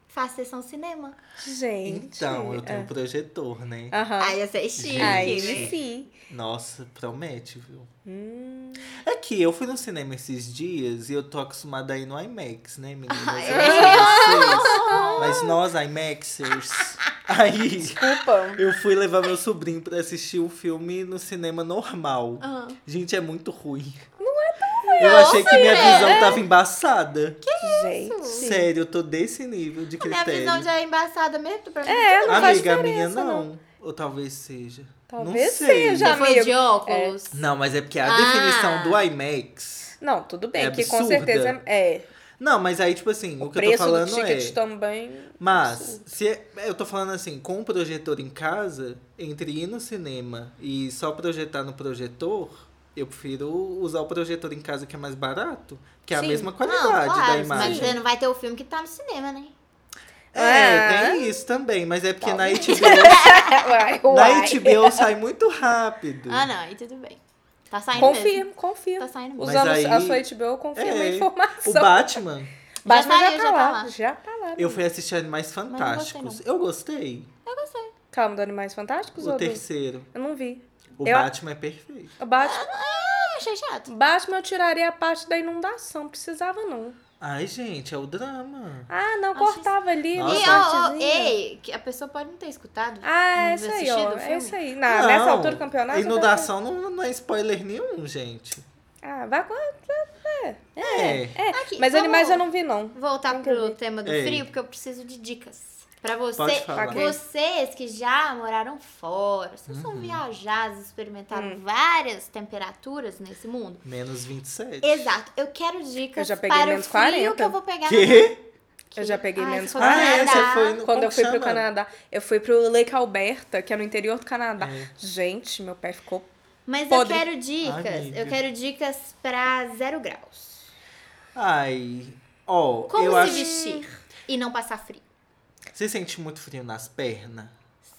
Speaker 2: Faz sessão cinema.
Speaker 3: Gente.
Speaker 1: Então, eu tenho
Speaker 3: é.
Speaker 1: um projetor, né?
Speaker 3: Aham.
Speaker 2: Aí eu sei chique,
Speaker 3: Aí
Speaker 2: né?
Speaker 3: sim.
Speaker 1: Nossa, promete, viu?
Speaker 3: Hum.
Speaker 1: É que eu fui no cinema esses dias e eu tô acostumada a ir no IMAX, né, meninas?
Speaker 2: Ai,
Speaker 1: Eu não sei vocês, mas nós, IMAXers, aí
Speaker 3: Desculpa.
Speaker 1: eu fui levar meu sobrinho pra assistir o filme no cinema normal.
Speaker 2: Ah.
Speaker 1: Gente, é muito ruim. Não é tão ruim. Eu achei que minha
Speaker 2: né?
Speaker 1: visão tava embaçada.
Speaker 3: Gente.
Speaker 1: Sério, eu tô desse nível de
Speaker 2: Minha visão
Speaker 1: critério.
Speaker 2: já é embaçada mesmo pra mim. tá
Speaker 3: É, não faz
Speaker 1: Amiga, a minha
Speaker 3: diferença,
Speaker 1: não. Ou talvez seja.
Speaker 3: Talvez
Speaker 1: não sei.
Speaker 3: seja.
Speaker 2: Você foi de
Speaker 3: amigo.
Speaker 2: óculos.
Speaker 1: Não, mas é porque a
Speaker 2: Ah.
Speaker 1: definição do IMAX.
Speaker 3: Não, tudo bem,
Speaker 1: É
Speaker 3: que com
Speaker 1: absurda.
Speaker 3: certeza é.
Speaker 1: Não, mas aí, tipo assim, o,
Speaker 3: O
Speaker 1: que eu tô
Speaker 3: preço do
Speaker 1: falando é.
Speaker 3: ticket tá também.
Speaker 1: Mas, se é- eu tô falando assim, com o projetor em casa, entre ir no cinema e só projetar no projetor, eu prefiro usar o projetor em casa que é mais barato, que é a
Speaker 3: Sim.
Speaker 1: mesma
Speaker 2: Não,
Speaker 1: qualidade da
Speaker 2: claro, mas
Speaker 1: imagem.
Speaker 2: você não vai ter o filme que tá no cinema, né?
Speaker 1: É,
Speaker 3: Ah.
Speaker 1: tem isso também, mas é porque na
Speaker 3: Talvez.
Speaker 1: HBO,
Speaker 3: uai,
Speaker 1: na
Speaker 3: uai.
Speaker 1: HBO sai muito rápido.
Speaker 2: Ah, não, aí tudo bem. Tá saindo mesmo.
Speaker 3: Confirmo,
Speaker 2: Tá
Speaker 3: confirmo.
Speaker 2: saindo mesmo.
Speaker 1: Mas
Speaker 3: Usando
Speaker 1: aí-
Speaker 3: a sua HBO, confirma
Speaker 1: É.
Speaker 3: a
Speaker 1: O
Speaker 3: informação.
Speaker 1: Batman,
Speaker 3: Batman
Speaker 2: Já
Speaker 3: já,
Speaker 2: saiu,
Speaker 3: tá
Speaker 2: já tá
Speaker 3: lá.
Speaker 2: lá.
Speaker 3: Já tá lá.
Speaker 1: eu fui assistir Animais
Speaker 2: não
Speaker 1: Fantásticos. Eu gostei.
Speaker 3: Calma, do Animais Fantásticos
Speaker 1: O
Speaker 3: ou do...
Speaker 1: terceiro.
Speaker 3: Eu não vi.
Speaker 1: O
Speaker 3: Eu-
Speaker 1: Batman é perfeito.
Speaker 3: O Batman...
Speaker 2: Eu Ah, achei chato.
Speaker 3: Batman eu tiraria a parte da inundação, não precisava não.
Speaker 1: Ai, gente, é o drama.
Speaker 3: Ah, não,
Speaker 2: Achei-
Speaker 3: cortava ali.
Speaker 1: Nossa.
Speaker 3: uma
Speaker 2: E, ó, ó,
Speaker 3: partezinha.
Speaker 2: ei, que a pessoa pode não ter escutado.
Speaker 3: tá Ah, é
Speaker 2: Não
Speaker 3: isso
Speaker 2: viu
Speaker 3: aí,
Speaker 2: assistido
Speaker 3: ó.
Speaker 2: o
Speaker 3: É
Speaker 2: filme?
Speaker 3: isso aí. Na, nessa altura do campeonato...
Speaker 1: Inundação não, não é spoiler nenhum, gente.
Speaker 3: Ah, vai com...
Speaker 1: É.
Speaker 2: Aqui,
Speaker 3: Mas
Speaker 2: vamos
Speaker 3: animais eu não vi, não.
Speaker 2: Voltar pro tema do
Speaker 1: Ei.
Speaker 2: frio, porque eu preciso de dicas. Pra
Speaker 1: Pode
Speaker 2: você,
Speaker 1: falar.
Speaker 3: Ok.
Speaker 2: vocês que já moraram fora, vocês
Speaker 1: Uhum.
Speaker 2: são viajados, experimentaram
Speaker 3: Hum.
Speaker 2: várias temperaturas nesse mundo.
Speaker 1: Menos 27.
Speaker 2: Exato. Eu quero dicas
Speaker 3: Eu já peguei
Speaker 2: para
Speaker 3: menos
Speaker 2: o frio
Speaker 3: 40.
Speaker 2: que eu vou pegar.
Speaker 1: Que?
Speaker 3: Eu já peguei
Speaker 2: Ai,
Speaker 3: menos
Speaker 2: você foi pro
Speaker 1: Ah, é,
Speaker 2: Canadá.
Speaker 1: você foi no
Speaker 3: Quando
Speaker 1: como
Speaker 3: eu fui pro
Speaker 1: chama?
Speaker 3: Canadá, eu fui pro Lake Alberta, que é no interior do Canadá.
Speaker 1: É.
Speaker 3: Gente, meu pé ficou.
Speaker 2: Mas
Speaker 3: Podre.
Speaker 2: eu quero dicas.
Speaker 1: Amiga.
Speaker 2: Eu quero dicas pra zero graus.
Speaker 1: Ai. Ó,
Speaker 2: Como
Speaker 1: eu
Speaker 2: se
Speaker 1: acho.
Speaker 2: vestir e não passar frio.
Speaker 1: Você sente muito frio nas pernas?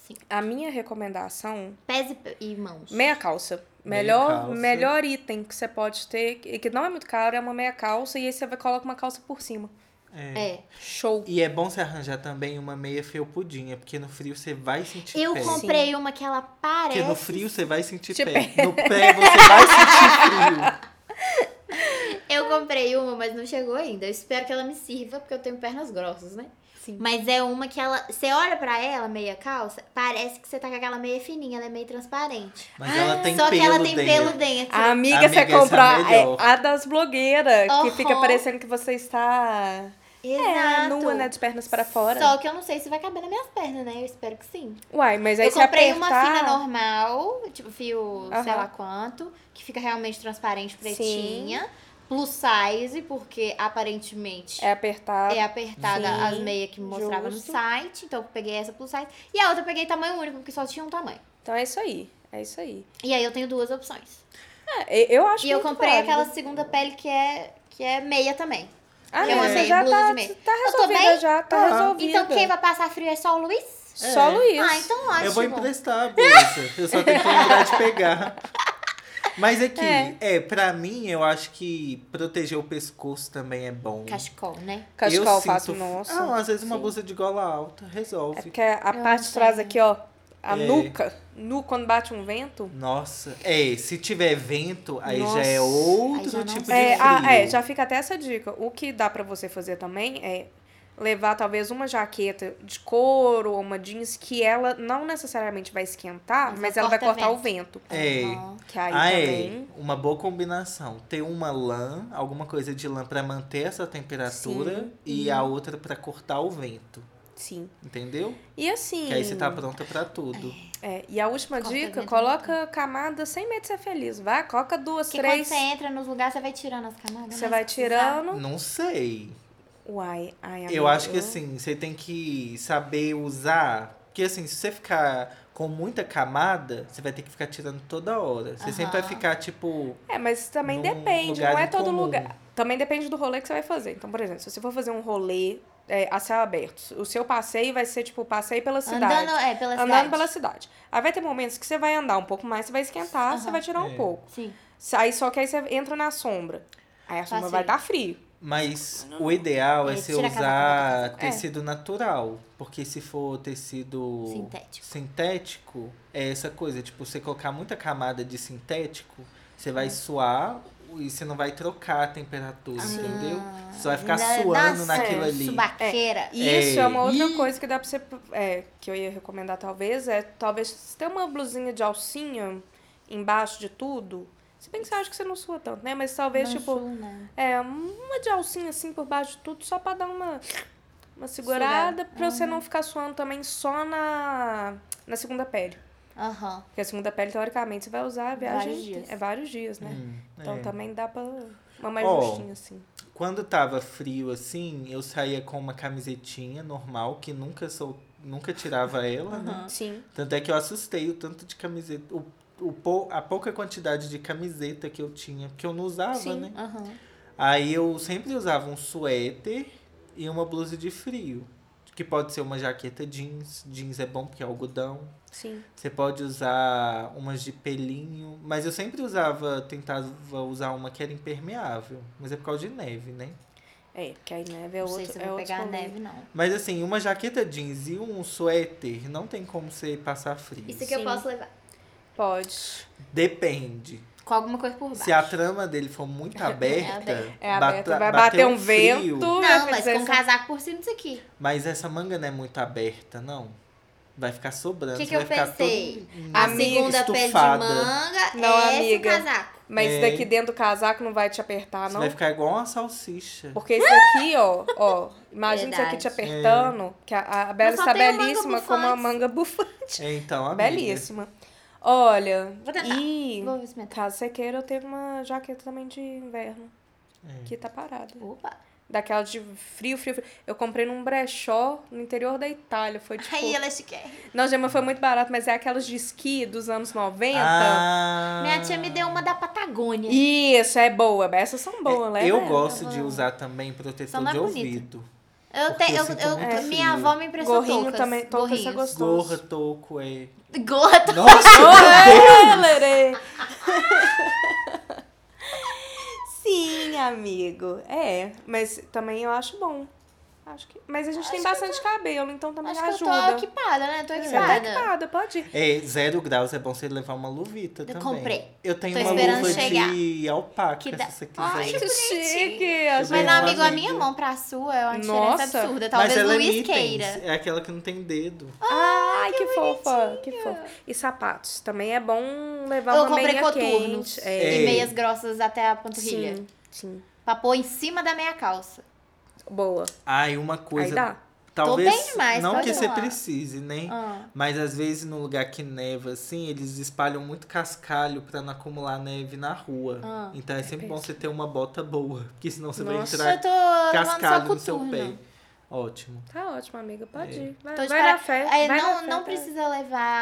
Speaker 2: Sim.
Speaker 3: A minha recomendação,
Speaker 2: Pés e, e mãos.
Speaker 3: meia calça.
Speaker 1: Meia
Speaker 3: Melhor,
Speaker 1: calça.
Speaker 3: melhor item que você pode ter, e que não é muito caro, é uma meia calça e aí você vai- coloca uma calça por cima.
Speaker 1: É.
Speaker 2: É.
Speaker 3: Show.
Speaker 1: E é bom você arranjar também uma meia felpudinha, porque no frio você vai sentir
Speaker 2: Eu
Speaker 1: pé.
Speaker 3: com-
Speaker 2: comprei uma que ela
Speaker 1: Porque
Speaker 2: parece.
Speaker 1: no frio você vai sentir
Speaker 3: Te
Speaker 1: pé. No pé você vai sentir frio.
Speaker 2: Eu comprei uma, mas não chegou ainda. Eu espero que ela me sirva, porque eu tenho pernas grossas, né?
Speaker 3: Sim.
Speaker 2: Mas é uma que ela. Você olha pra ela, meia calça, parece que você tá com aquela meia fininha, ela é meio transparente.
Speaker 1: Mas ela tem
Speaker 2: Só
Speaker 1: pelo
Speaker 2: que ela tem
Speaker 1: dentro.
Speaker 2: pelo dentro.
Speaker 3: A amiga,
Speaker 1: Amiga,
Speaker 3: você
Speaker 1: essa é a
Speaker 3: compra é,
Speaker 1: melhor.
Speaker 3: a das blogueiras, que
Speaker 2: Aham.
Speaker 3: fica parecendo que você está é,
Speaker 2: Exato.
Speaker 3: nua, né, de pernas para fora.
Speaker 2: Só que eu não sei se vai caber nas minhas pernas, né? Eu espero que sim.
Speaker 3: Uai, mas aí
Speaker 2: eu
Speaker 3: se
Speaker 2: comprei uma
Speaker 3: apertar...
Speaker 2: fina normal, tipo fio sei
Speaker 3: Aham.
Speaker 2: lá quanto, que fica realmente transparente, pretinha. Plus size, porque aparentemente
Speaker 3: É apertar.
Speaker 2: é apertada
Speaker 3: Sim,
Speaker 2: as meias que mostrava
Speaker 3: justo.
Speaker 2: no site. Então eu peguei essa plus size. E a outra eu peguei tamanho único, porque só tinha um tamanho.
Speaker 3: Então é isso aí. É isso aí.
Speaker 2: E aí eu tenho duas opções.
Speaker 3: É, e- eu acho
Speaker 2: e eu
Speaker 3: muito
Speaker 2: comprei
Speaker 3: válido.
Speaker 2: aquela segunda pele que é, que é meia também.
Speaker 3: Ah,
Speaker 2: que eu
Speaker 3: não,
Speaker 2: amei,
Speaker 3: você já
Speaker 2: blusa
Speaker 3: tá,
Speaker 2: de meia.
Speaker 3: tá
Speaker 2: Eu tô
Speaker 3: resolvida
Speaker 2: bem?
Speaker 3: já, tá
Speaker 1: Tá.
Speaker 3: resolvida.
Speaker 2: Então quem vai passar frio é só o Luiz?
Speaker 3: Só
Speaker 1: É.
Speaker 3: Luiz.
Speaker 2: Ah, então ótimo.
Speaker 1: Eu vou emprestar a bolsa. Eu só tenho que lembrar de pegar. Mas é que, é. pra mim, eu acho que proteger o pescoço também é bom.
Speaker 2: Cachecol, né?
Speaker 3: Cachecol,
Speaker 1: eu
Speaker 3: fato
Speaker 1: sinto...
Speaker 3: nosso.
Speaker 1: Não, às vezes uma
Speaker 3: Sim.
Speaker 1: bolsa de gola alta
Speaker 3: É
Speaker 1: resolve.
Speaker 3: porque a
Speaker 2: Eu
Speaker 3: parte
Speaker 2: não
Speaker 3: de trás
Speaker 2: tenho.
Speaker 3: aqui, ó, a
Speaker 1: É.
Speaker 3: nuca, nu quando bate um vento.
Speaker 1: Nossa. É, se tiver vento, aí
Speaker 3: Nossa.
Speaker 1: já é
Speaker 2: Aí
Speaker 1: outro
Speaker 2: já não-
Speaker 1: tipo de
Speaker 3: É, ah,
Speaker 1: frio.
Speaker 3: é, já fica até essa dica. O que dá pra você fazer também é levar talvez uma jaqueta de couro ou uma jeans que ela não necessariamente vai esquentar, mas,
Speaker 2: Mas
Speaker 3: ela
Speaker 2: ela
Speaker 3: vai
Speaker 2: corta
Speaker 3: cortar o vento.
Speaker 1: É.
Speaker 2: Aham.
Speaker 3: Que aí
Speaker 1: ah,
Speaker 3: também.
Speaker 1: é. Uma boa combinação. Ter uma lã, alguma coisa de lã pra manter essa temperatura
Speaker 3: Sim. Uhum.
Speaker 1: e a outra pra cortar o vento.
Speaker 3: Sim.
Speaker 1: Entendeu?
Speaker 3: E assim.
Speaker 1: Que aí você tá pronta pra tudo.
Speaker 3: é, e a última
Speaker 2: Corta vento.
Speaker 3: dica,
Speaker 2: né?
Speaker 3: coloca camada sem medo de ser feliz. Vai, coloca duas,
Speaker 2: Porque quando
Speaker 3: três.
Speaker 2: você entra nos lugares, você vai tirando as camadas.
Speaker 3: Você
Speaker 2: né?
Speaker 3: vai
Speaker 2: Se precisar.
Speaker 3: tirando.
Speaker 1: Não sei.
Speaker 3: Uai, ai,
Speaker 1: Eu
Speaker 3: amiga,
Speaker 1: acho que assim, você tem que saber usar. Porque assim, se você ficar com muita camada, você vai ter que ficar tirando toda hora. Você sempre vai
Speaker 2: Aham.
Speaker 1: ficar, tipo.
Speaker 3: É, mas também
Speaker 1: num
Speaker 3: depende,
Speaker 1: lugar
Speaker 3: não é todo
Speaker 1: incomum.
Speaker 3: lugar. Também depende do rolê que você vai fazer. Então, por exemplo, se você for fazer um rolê é, a céu aberto, o seu passeio vai ser tipo passeio pela cidade.
Speaker 2: Andando, é, pela
Speaker 3: andando
Speaker 2: cidade.
Speaker 3: pela cidade. Aí vai ter momentos que você vai andar um pouco mais, você vai esquentar, você
Speaker 2: Aham.
Speaker 3: vai tirar um
Speaker 1: É.
Speaker 3: pouco.
Speaker 2: Sim.
Speaker 3: Aí só que aí você entra na sombra. Aí a sombra
Speaker 2: Passeio.
Speaker 3: vai estar frio.
Speaker 1: Mas o ideal é,
Speaker 2: É,
Speaker 1: você
Speaker 2: tira a casaca, bota a
Speaker 1: usar
Speaker 2: casaca.
Speaker 3: é.
Speaker 1: tecido natural. Porque se for tecido
Speaker 2: Sintético.
Speaker 1: sintético, é essa coisa. Tipo, você colocar muita camada de sintético, você
Speaker 3: Uhum.
Speaker 1: vai suar e você não vai trocar a
Speaker 3: Ah,
Speaker 1: temperatura, entendeu? Você vai ficar
Speaker 3: é
Speaker 2: Na-
Speaker 1: suando
Speaker 2: nossa,
Speaker 1: naquilo ali.
Speaker 2: Ah, é, Subaqueira.
Speaker 3: E isso é uma outra
Speaker 1: Ih.
Speaker 3: coisa que dá pra você. É, que eu ia recomendar, talvez, é talvez se ter uma blusinha de alcinha embaixo de tudo. Se bem que você acha que você não sua tanto, né? Mas talvez,
Speaker 2: Não
Speaker 3: tipo,
Speaker 2: sou, não.
Speaker 3: é, uma de alcinha assim por baixo de tudo, só pra dar uma, uma segurada, pra você não ficar suando também só na, na segunda pele.
Speaker 2: Aham.
Speaker 3: Porque a segunda pele, teoricamente, você vai usar a viagem.
Speaker 2: Vários dias.
Speaker 3: É vários dias, né?
Speaker 1: Hum,
Speaker 3: Então
Speaker 1: é.
Speaker 3: também dá pra. Uma mais
Speaker 1: Ó,
Speaker 3: justinha, assim.
Speaker 1: Quando tava frio assim, eu saía com uma camisetinha normal, que nunca sol... nunca tirava ela, né?
Speaker 3: Sim.
Speaker 1: Tanto é que eu assustei o tanto de camiseta, o, o, pou- a pouca quantidade de camiseta que eu tinha, porque eu não usava,
Speaker 3: Sim.
Speaker 1: né?
Speaker 2: Aham.
Speaker 1: Aí eu sempre usava um suéter e uma blusa de frio. Que pode ser uma jaqueta jeans. Jeans é bom porque é algodão.
Speaker 3: Sim.
Speaker 1: Você pode usar umas de pelinho. Mas eu sempre usava, tentava usar uma que era impermeável. Mas é por causa de neve, né?
Speaker 3: É, porque aí neve é
Speaker 2: Não
Speaker 3: outro.
Speaker 2: sei se eu
Speaker 3: é
Speaker 2: vou
Speaker 3: outro
Speaker 2: pegar a
Speaker 3: rolê.
Speaker 2: neve, não.
Speaker 1: Mas assim, uma jaqueta jeans e um suéter não tem como você passar frio.
Speaker 2: Isso aqui é eu
Speaker 3: Sim.
Speaker 2: posso levar.
Speaker 3: Pode.
Speaker 1: Depende.
Speaker 2: Com alguma coisa por baixo.
Speaker 1: Se a trama dele for muito aberta,
Speaker 3: É aberto.
Speaker 1: bata-
Speaker 3: Vai bater um
Speaker 1: frio.
Speaker 3: vento.
Speaker 2: Não, mas
Speaker 3: assim,
Speaker 2: com um casaco por cima disso aqui.
Speaker 1: Mas essa manga não é muito aberta, não. Vai ficar sobrando.
Speaker 2: O que
Speaker 1: você
Speaker 2: que eu
Speaker 1: vai ficar
Speaker 2: pensei?
Speaker 1: todo-
Speaker 2: A
Speaker 3: Amiga,
Speaker 2: segunda pele de
Speaker 1: estufada.
Speaker 2: manga
Speaker 3: Não,
Speaker 2: é esse
Speaker 3: amiga.
Speaker 2: casaco.
Speaker 3: Mas
Speaker 1: É.
Speaker 3: daqui dentro do casaco não vai te apertar,
Speaker 1: Você
Speaker 3: não.
Speaker 1: vai ficar igual uma salsicha.
Speaker 3: Porque isso aqui, ó, ó, imagina isso aqui te
Speaker 2: Verdade.
Speaker 3: apertando, que a, a Bela
Speaker 2: Mas só
Speaker 3: está
Speaker 2: tem a manga
Speaker 3: belíssima com uma
Speaker 2: bufante.
Speaker 3: manga bufante.
Speaker 1: É, Então, amiga.
Speaker 3: belíssima. Olha,
Speaker 2: Vou tentar.
Speaker 3: e
Speaker 2: Vou experimentar.
Speaker 3: caso você queira, eu tenho uma jaqueta também de inverno,
Speaker 1: É.
Speaker 3: que tá parada.
Speaker 2: Opa.
Speaker 3: Daquela de frio, frio, frio. Eu comprei num brechó no interior da Itália, foi tipo...
Speaker 2: Aí ela é chiquérrima.
Speaker 3: Não, gente, mas foi muito barato, mas é aquelas de esqui dos anos 90.
Speaker 1: Ah,
Speaker 2: Minha tia me deu uma da Patagônia.
Speaker 3: Isso, é boa. Essas são boas,
Speaker 1: É,
Speaker 3: né?
Speaker 1: Eu
Speaker 3: Bela?
Speaker 1: gosto de usar também protetor
Speaker 2: Só não é
Speaker 1: de
Speaker 2: bonita.
Speaker 1: ouvido.
Speaker 2: Eu
Speaker 1: Porque
Speaker 2: tenho,
Speaker 1: eu
Speaker 2: eu,
Speaker 1: sinto
Speaker 2: eu-
Speaker 1: muito
Speaker 2: eu- minha
Speaker 1: frio.
Speaker 2: avó me emprestou
Speaker 3: Gorrinho
Speaker 2: toucas.
Speaker 3: também, touca você
Speaker 2: Gorrinhos.
Speaker 3: gostou.
Speaker 1: Gorra, toco, é.
Speaker 2: Gorra,
Speaker 1: Nossa!
Speaker 3: Olere! Sim, amigo. É, mas também eu acho bom. Acho que... Mas a gente
Speaker 2: Acho
Speaker 3: tem
Speaker 2: que eu
Speaker 3: bastante cabelo, então também
Speaker 2: Acho que eu
Speaker 3: ajuda.
Speaker 2: tô equipada, né? Tô
Speaker 3: Você tá
Speaker 2: equipada.
Speaker 3: equipada, pode ir.
Speaker 1: É, zero graus é bom você levar uma luvita
Speaker 2: Eu
Speaker 1: também.
Speaker 2: comprei.
Speaker 1: Eu tenho
Speaker 2: Tô
Speaker 1: uma
Speaker 2: esperando
Speaker 1: luva de
Speaker 2: chegar.
Speaker 1: alpaca,
Speaker 2: Que dá-
Speaker 1: se você quiser.
Speaker 2: Ai, que
Speaker 3: chique.
Speaker 2: bonitinho. Mas,
Speaker 3: acho
Speaker 2: não,
Speaker 1: Uma
Speaker 2: amigo, a
Speaker 1: amiga.
Speaker 2: minha mão pra sua é uma
Speaker 3: Nossa.
Speaker 2: diferença absurda. Talvez
Speaker 1: Mas ela
Speaker 2: Luiz
Speaker 1: é itens,
Speaker 2: queira.
Speaker 1: É aquela que não tem dedo.
Speaker 2: Ah,
Speaker 3: Ai, que, fofa, que fofa. E sapatos, também é bom levar
Speaker 2: Eu
Speaker 3: uma
Speaker 2: comprei
Speaker 3: meia
Speaker 2: coturnos
Speaker 3: quente.
Speaker 1: É.
Speaker 2: e meias grossas até a panturrilha.
Speaker 3: Sim, sim.
Speaker 2: Pra pôr em cima da meia calça.
Speaker 3: Boa.
Speaker 1: Ai, uma coisa.
Speaker 3: Aí dá.
Speaker 1: Talvez
Speaker 2: bem demais,
Speaker 1: não
Speaker 2: pode
Speaker 1: que você
Speaker 2: falar.
Speaker 1: precise, né?
Speaker 2: Ah.
Speaker 1: Mas às vezes no lugar que neva assim, eles espalham muito cascalho pra não acumular neve na rua.
Speaker 2: Ah.
Speaker 1: então é sempre bom você ter uma bota boa, porque senão você
Speaker 3: Nossa,
Speaker 1: vai
Speaker 2: Eu
Speaker 1: entrar
Speaker 2: tô levando só
Speaker 1: cascalho no seu pé.
Speaker 2: coturno.
Speaker 1: Ótimo.
Speaker 3: Tá ótimo, amiga. Pode
Speaker 1: É.
Speaker 3: ir. Ah, Vai,
Speaker 2: Tô de
Speaker 3: vai
Speaker 2: para-
Speaker 3: na fé.
Speaker 2: É,
Speaker 3: vai
Speaker 2: não,
Speaker 3: na fé,
Speaker 2: não
Speaker 3: tá?
Speaker 2: precisa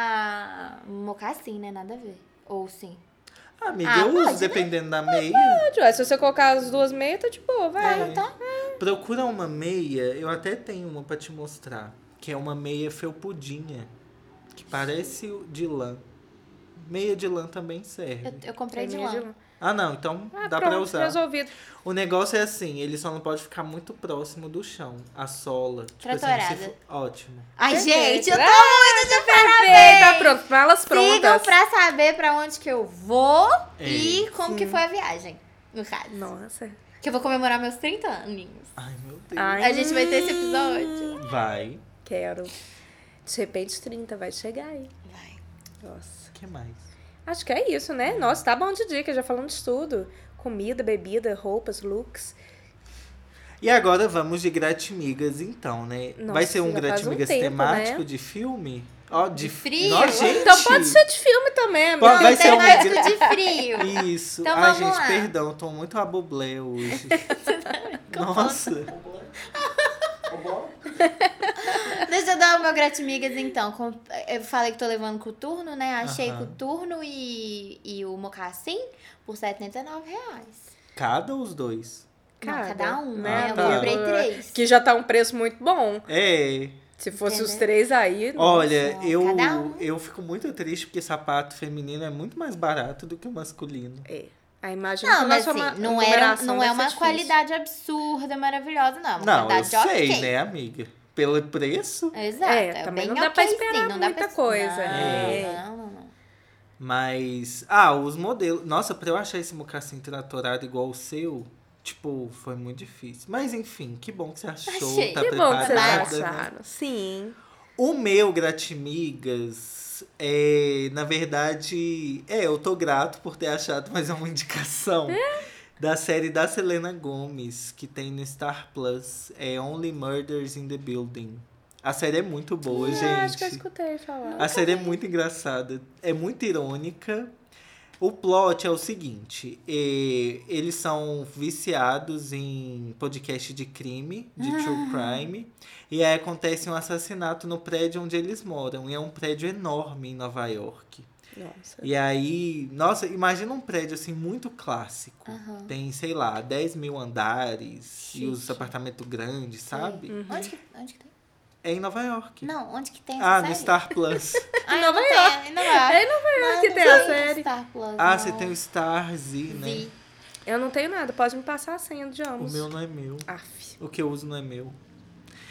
Speaker 2: levar mocassim, né? Nada a ver. Ou sim.
Speaker 1: Ah, amiga,
Speaker 2: Ah,
Speaker 1: eu
Speaker 2: pode,
Speaker 1: uso,
Speaker 2: né?
Speaker 1: dependendo da meia.
Speaker 3: Pode, ué, Se você colocar as duas meias, tá de boa, vai.
Speaker 2: Não tá?
Speaker 1: Procura uma meia, eu até tenho uma pra te mostrar. Que é uma meia felpudinha. Que parece de lã. Meia de lã também serve.
Speaker 2: Eu, eu comprei de
Speaker 3: Tem meia
Speaker 2: lã.
Speaker 3: de lã.
Speaker 1: Ah, não, então
Speaker 3: Ah,
Speaker 1: dá
Speaker 3: pronto,
Speaker 1: pra usar.
Speaker 3: resolvido.
Speaker 1: O negócio é assim, ele só não pode ficar muito próximo do chão. A sola. Tipo assim,
Speaker 2: Tratorada.
Speaker 1: se for- Ótimo.
Speaker 2: Ai,
Speaker 3: Perfeito.
Speaker 2: gente, eu tô
Speaker 3: Ah,
Speaker 2: muito de parabéns!
Speaker 3: Eita, pronto. Malas
Speaker 2: Sigam
Speaker 3: prontas.
Speaker 2: pra saber pra onde que eu vou
Speaker 1: É.
Speaker 2: e como que foi a viagem. No caso.
Speaker 3: Nossa.
Speaker 2: Que eu vou comemorar meus 30 aninhos.
Speaker 1: Ai, meu Deus.
Speaker 3: Ai,
Speaker 2: A gente vai ter esse episódio.
Speaker 1: Vai.
Speaker 3: Quero. De repente, os 30 vai chegar aí.
Speaker 2: Vai.
Speaker 3: Nossa.
Speaker 1: O que mais?
Speaker 3: Acho que é isso, né? Nossa, tá bom de dica. Já falamos de tudo. Comida, bebida, roupas, looks.
Speaker 1: E agora vamos de gratimigas, então, né?
Speaker 3: Nossa,
Speaker 1: vai ser um
Speaker 3: já faz um
Speaker 1: gratimigas
Speaker 3: tempo,
Speaker 1: temático
Speaker 3: né?
Speaker 1: de filme? Ó, de
Speaker 2: De frio?
Speaker 1: Nossa, gente.
Speaker 3: Então pode ser de filme também, amiga.
Speaker 1: Vai ser um
Speaker 2: Temático
Speaker 1: gra-
Speaker 2: de frio.
Speaker 1: Isso.
Speaker 2: Então
Speaker 1: Ai,
Speaker 2: vamos
Speaker 1: gente,
Speaker 2: lá.
Speaker 1: perdão, tô muito a bublé hoje. Nossa.
Speaker 2: Deixa eu dar o meu gratimigas então. Com- Eu falei que tô levando coturno, né? Achei
Speaker 1: Aham.
Speaker 2: coturno e, e o mocassim por R$ 79 reais.
Speaker 1: Cada os dois.
Speaker 2: Não, cada um, né?
Speaker 1: Ah,
Speaker 2: eu
Speaker 1: tá.
Speaker 2: comprei três.
Speaker 3: Que já tá um preço muito bom.
Speaker 1: É.
Speaker 3: Se fosse os
Speaker 2: Entendeu?
Speaker 3: três aí.
Speaker 1: Olha,
Speaker 2: Nossa,
Speaker 1: eu,
Speaker 2: cada um.
Speaker 1: eu fico muito triste porque sapato feminino é muito mais barato do que o masculino.
Speaker 3: A imagem
Speaker 2: Não, mas assim, não, era, não é uma qualidade absurda, maravilhosa, não. É uma
Speaker 1: Não, eu
Speaker 2: qualidade
Speaker 1: sei,
Speaker 2: ok.
Speaker 1: né, amiga? Pelo preço.
Speaker 2: Exato.
Speaker 3: É,
Speaker 2: É,
Speaker 3: também
Speaker 2: bem
Speaker 3: não dá pra
Speaker 2: okzinho,
Speaker 3: esperar
Speaker 2: não dá
Speaker 3: muita
Speaker 2: pra-
Speaker 3: coisa, né?
Speaker 2: Não,
Speaker 1: é.
Speaker 2: não, não, não.
Speaker 1: Mas. Ah, os modelos. Nossa, pra eu achar esse mocassim tratorado igual o seu, tipo, foi muito difícil. Mas enfim, que bom que você achou.
Speaker 2: Achei.
Speaker 1: Tá
Speaker 3: Que bom que vocês
Speaker 1: preparada, né?
Speaker 3: acharam. Sim.
Speaker 1: O meu Gratimigas é, na verdade, é, eu tô grato por ter achado mais uma indicação
Speaker 3: É?
Speaker 1: da série da Selena Gomes, que tem no Star Plus, é Only Murders in the Building. A série é muito boa,
Speaker 3: Eu Ah, acho que eu
Speaker 1: gente.
Speaker 3: escutei falar.
Speaker 1: A série é muito engraçada, é muito irônica. O plot é o seguinte: é, eles são viciados em podcast de crime, de
Speaker 2: Ah.
Speaker 1: true crime, e aí acontece um assassinato no prédio onde eles moram. E é um prédio enorme em Nova York.
Speaker 3: Nossa.
Speaker 1: E aí, nossa, imagina um prédio assim muito clássico.
Speaker 2: Aham.
Speaker 1: Tem, sei lá, 10 mil andares e os
Speaker 2: Chique.
Speaker 1: apartamentos grandes, sabe?
Speaker 3: Uhum.
Speaker 2: Onde que, onde que tem?
Speaker 1: É em Nova York.
Speaker 2: Não, onde que tem essa
Speaker 1: ah,
Speaker 2: série?
Speaker 1: no Star Plus.
Speaker 2: Ah,
Speaker 3: Em
Speaker 2: não
Speaker 3: Nova
Speaker 2: tem, Em Nova York.
Speaker 3: É em Nova York
Speaker 2: Não,
Speaker 3: que
Speaker 2: não
Speaker 3: tem a
Speaker 2: tem
Speaker 3: série.
Speaker 2: Star Plus,
Speaker 1: ah,
Speaker 2: não.
Speaker 1: você tem o Star Z, né?
Speaker 2: Vi.
Speaker 3: Eu não tenho nada, pode me passar a senha de
Speaker 1: O
Speaker 3: ambos.
Speaker 1: meu não é meu.
Speaker 3: Aff.
Speaker 1: O que eu uso não é meu.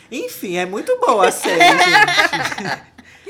Speaker 1: Enfim, é muito boa a série, gente.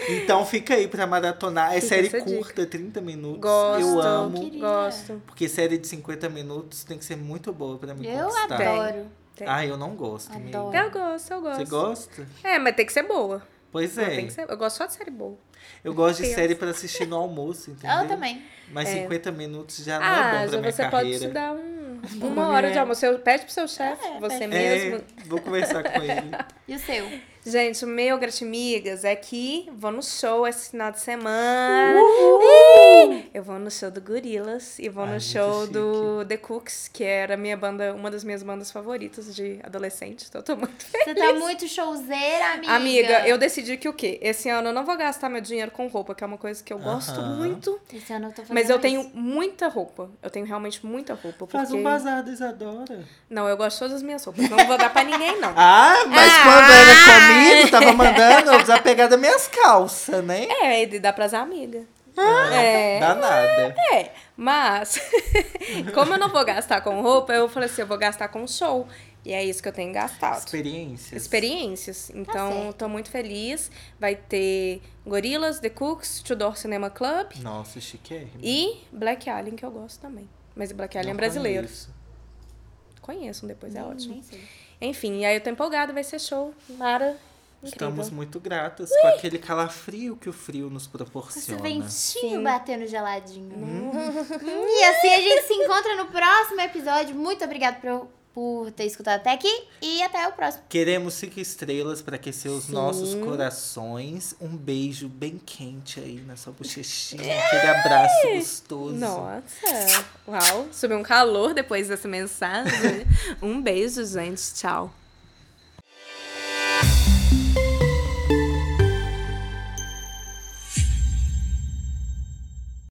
Speaker 1: Então fica aí pra maratonar. É
Speaker 3: Fica
Speaker 1: série
Speaker 3: essa dica.
Speaker 1: curta, 30 minutos.
Speaker 3: Gosto.
Speaker 1: eu amo.
Speaker 2: queria.
Speaker 3: Gosto.
Speaker 1: Porque série de 50 minutos tem que ser muito boa pra me
Speaker 2: Eu
Speaker 1: conquistar.
Speaker 2: adoro.
Speaker 3: Tem.
Speaker 1: Ah, eu não gosto. amiga.
Speaker 2: Adoro.
Speaker 3: Eu gosto, eu gosto.
Speaker 1: Você gosta?
Speaker 3: É, mas tem que ser boa.
Speaker 1: Pois
Speaker 3: Não, tem
Speaker 1: é.
Speaker 3: que ser... Eu gosto só de série boa.
Speaker 1: Eu gosto de
Speaker 3: Pensa.
Speaker 1: série pra assistir no almoço, entendeu?
Speaker 2: Eu também.
Speaker 1: Mas 50 minutos já não é
Speaker 3: É. ah,
Speaker 1: bom pra
Speaker 3: já
Speaker 1: minha
Speaker 3: você pode te
Speaker 1: carreira.
Speaker 3: dar um- uma
Speaker 2: é
Speaker 3: hora de almoço. Eu pede pro seu chefe, você mesmo.
Speaker 1: É, vou conversar com ele.
Speaker 2: E o seu?
Speaker 3: É Gente, o meu gratimigas é que vou no show esse final de semana. Ih! Eu vou no show do Gorilas e vou
Speaker 1: Ai,
Speaker 3: no
Speaker 1: muito
Speaker 3: show do The Cooks, que era a minha banda, uma das minhas bandas favoritas de adolescente. Então eu tô muito feliz.
Speaker 2: Você tá muito showzeira, amiga.
Speaker 3: Amiga, eu decidi que o quê? Esse ano eu não vou gastar meu dinheiro com roupa, que é uma coisa que eu gosto
Speaker 1: Aham.
Speaker 3: muito.
Speaker 2: Esse ano eu tô fazendo
Speaker 3: Mas eu
Speaker 2: isso.
Speaker 3: tenho muita roupa. Eu tenho realmente muita roupa. Porque...
Speaker 1: Faz um bazar da Isadora.
Speaker 3: Não, eu gosto de todas as minhas roupas. Não vou dar pra ninguém, não.
Speaker 1: Ah, mas
Speaker 3: Ah!
Speaker 1: quando era comigo, tava mandando eu desapegar das minhas calças, né? Ah,
Speaker 3: É, e dá pras amigas. É.
Speaker 1: Danada.
Speaker 3: É, mas como eu não vou gastar com roupa, eu falei assim, eu vou gastar com show. E é isso que eu tenho gastado.
Speaker 1: Experiências.
Speaker 3: Experiências. Então,
Speaker 2: certo.
Speaker 3: tô muito feliz. Vai ter Gorilas, The Cooks, Tudor Cinema Club
Speaker 1: Nossa, chiquérrimo.
Speaker 3: e Black Alien, que eu gosto também. Mas Black Alien
Speaker 1: Não
Speaker 3: é brasileiro.
Speaker 1: conheço.
Speaker 3: Conheçam depois, é
Speaker 2: Nem-
Speaker 3: ótimo.
Speaker 2: nem sei.
Speaker 3: Enfim, e aí eu tô empolgada, vai ser show. Mara, incrível.
Speaker 1: Estamos muito gratas com aquele calafrio que o frio nos
Speaker 2: Esse
Speaker 1: proporciona.
Speaker 2: ventinho batendo geladinho. Hum, E assim a gente se encontra no próximo episódio. Muito obrigada por, por ter escutado até aqui e até o próximo.
Speaker 1: Queremos cinco estrelas para aquecer os
Speaker 3: Sim.
Speaker 1: nossos corações. Um beijo bem quente aí na sua bochechinha. Aquele abraço gostoso.
Speaker 3: Nossa, uau, subiu um calor depois dessa mensagem. um beijo, gente, tchau.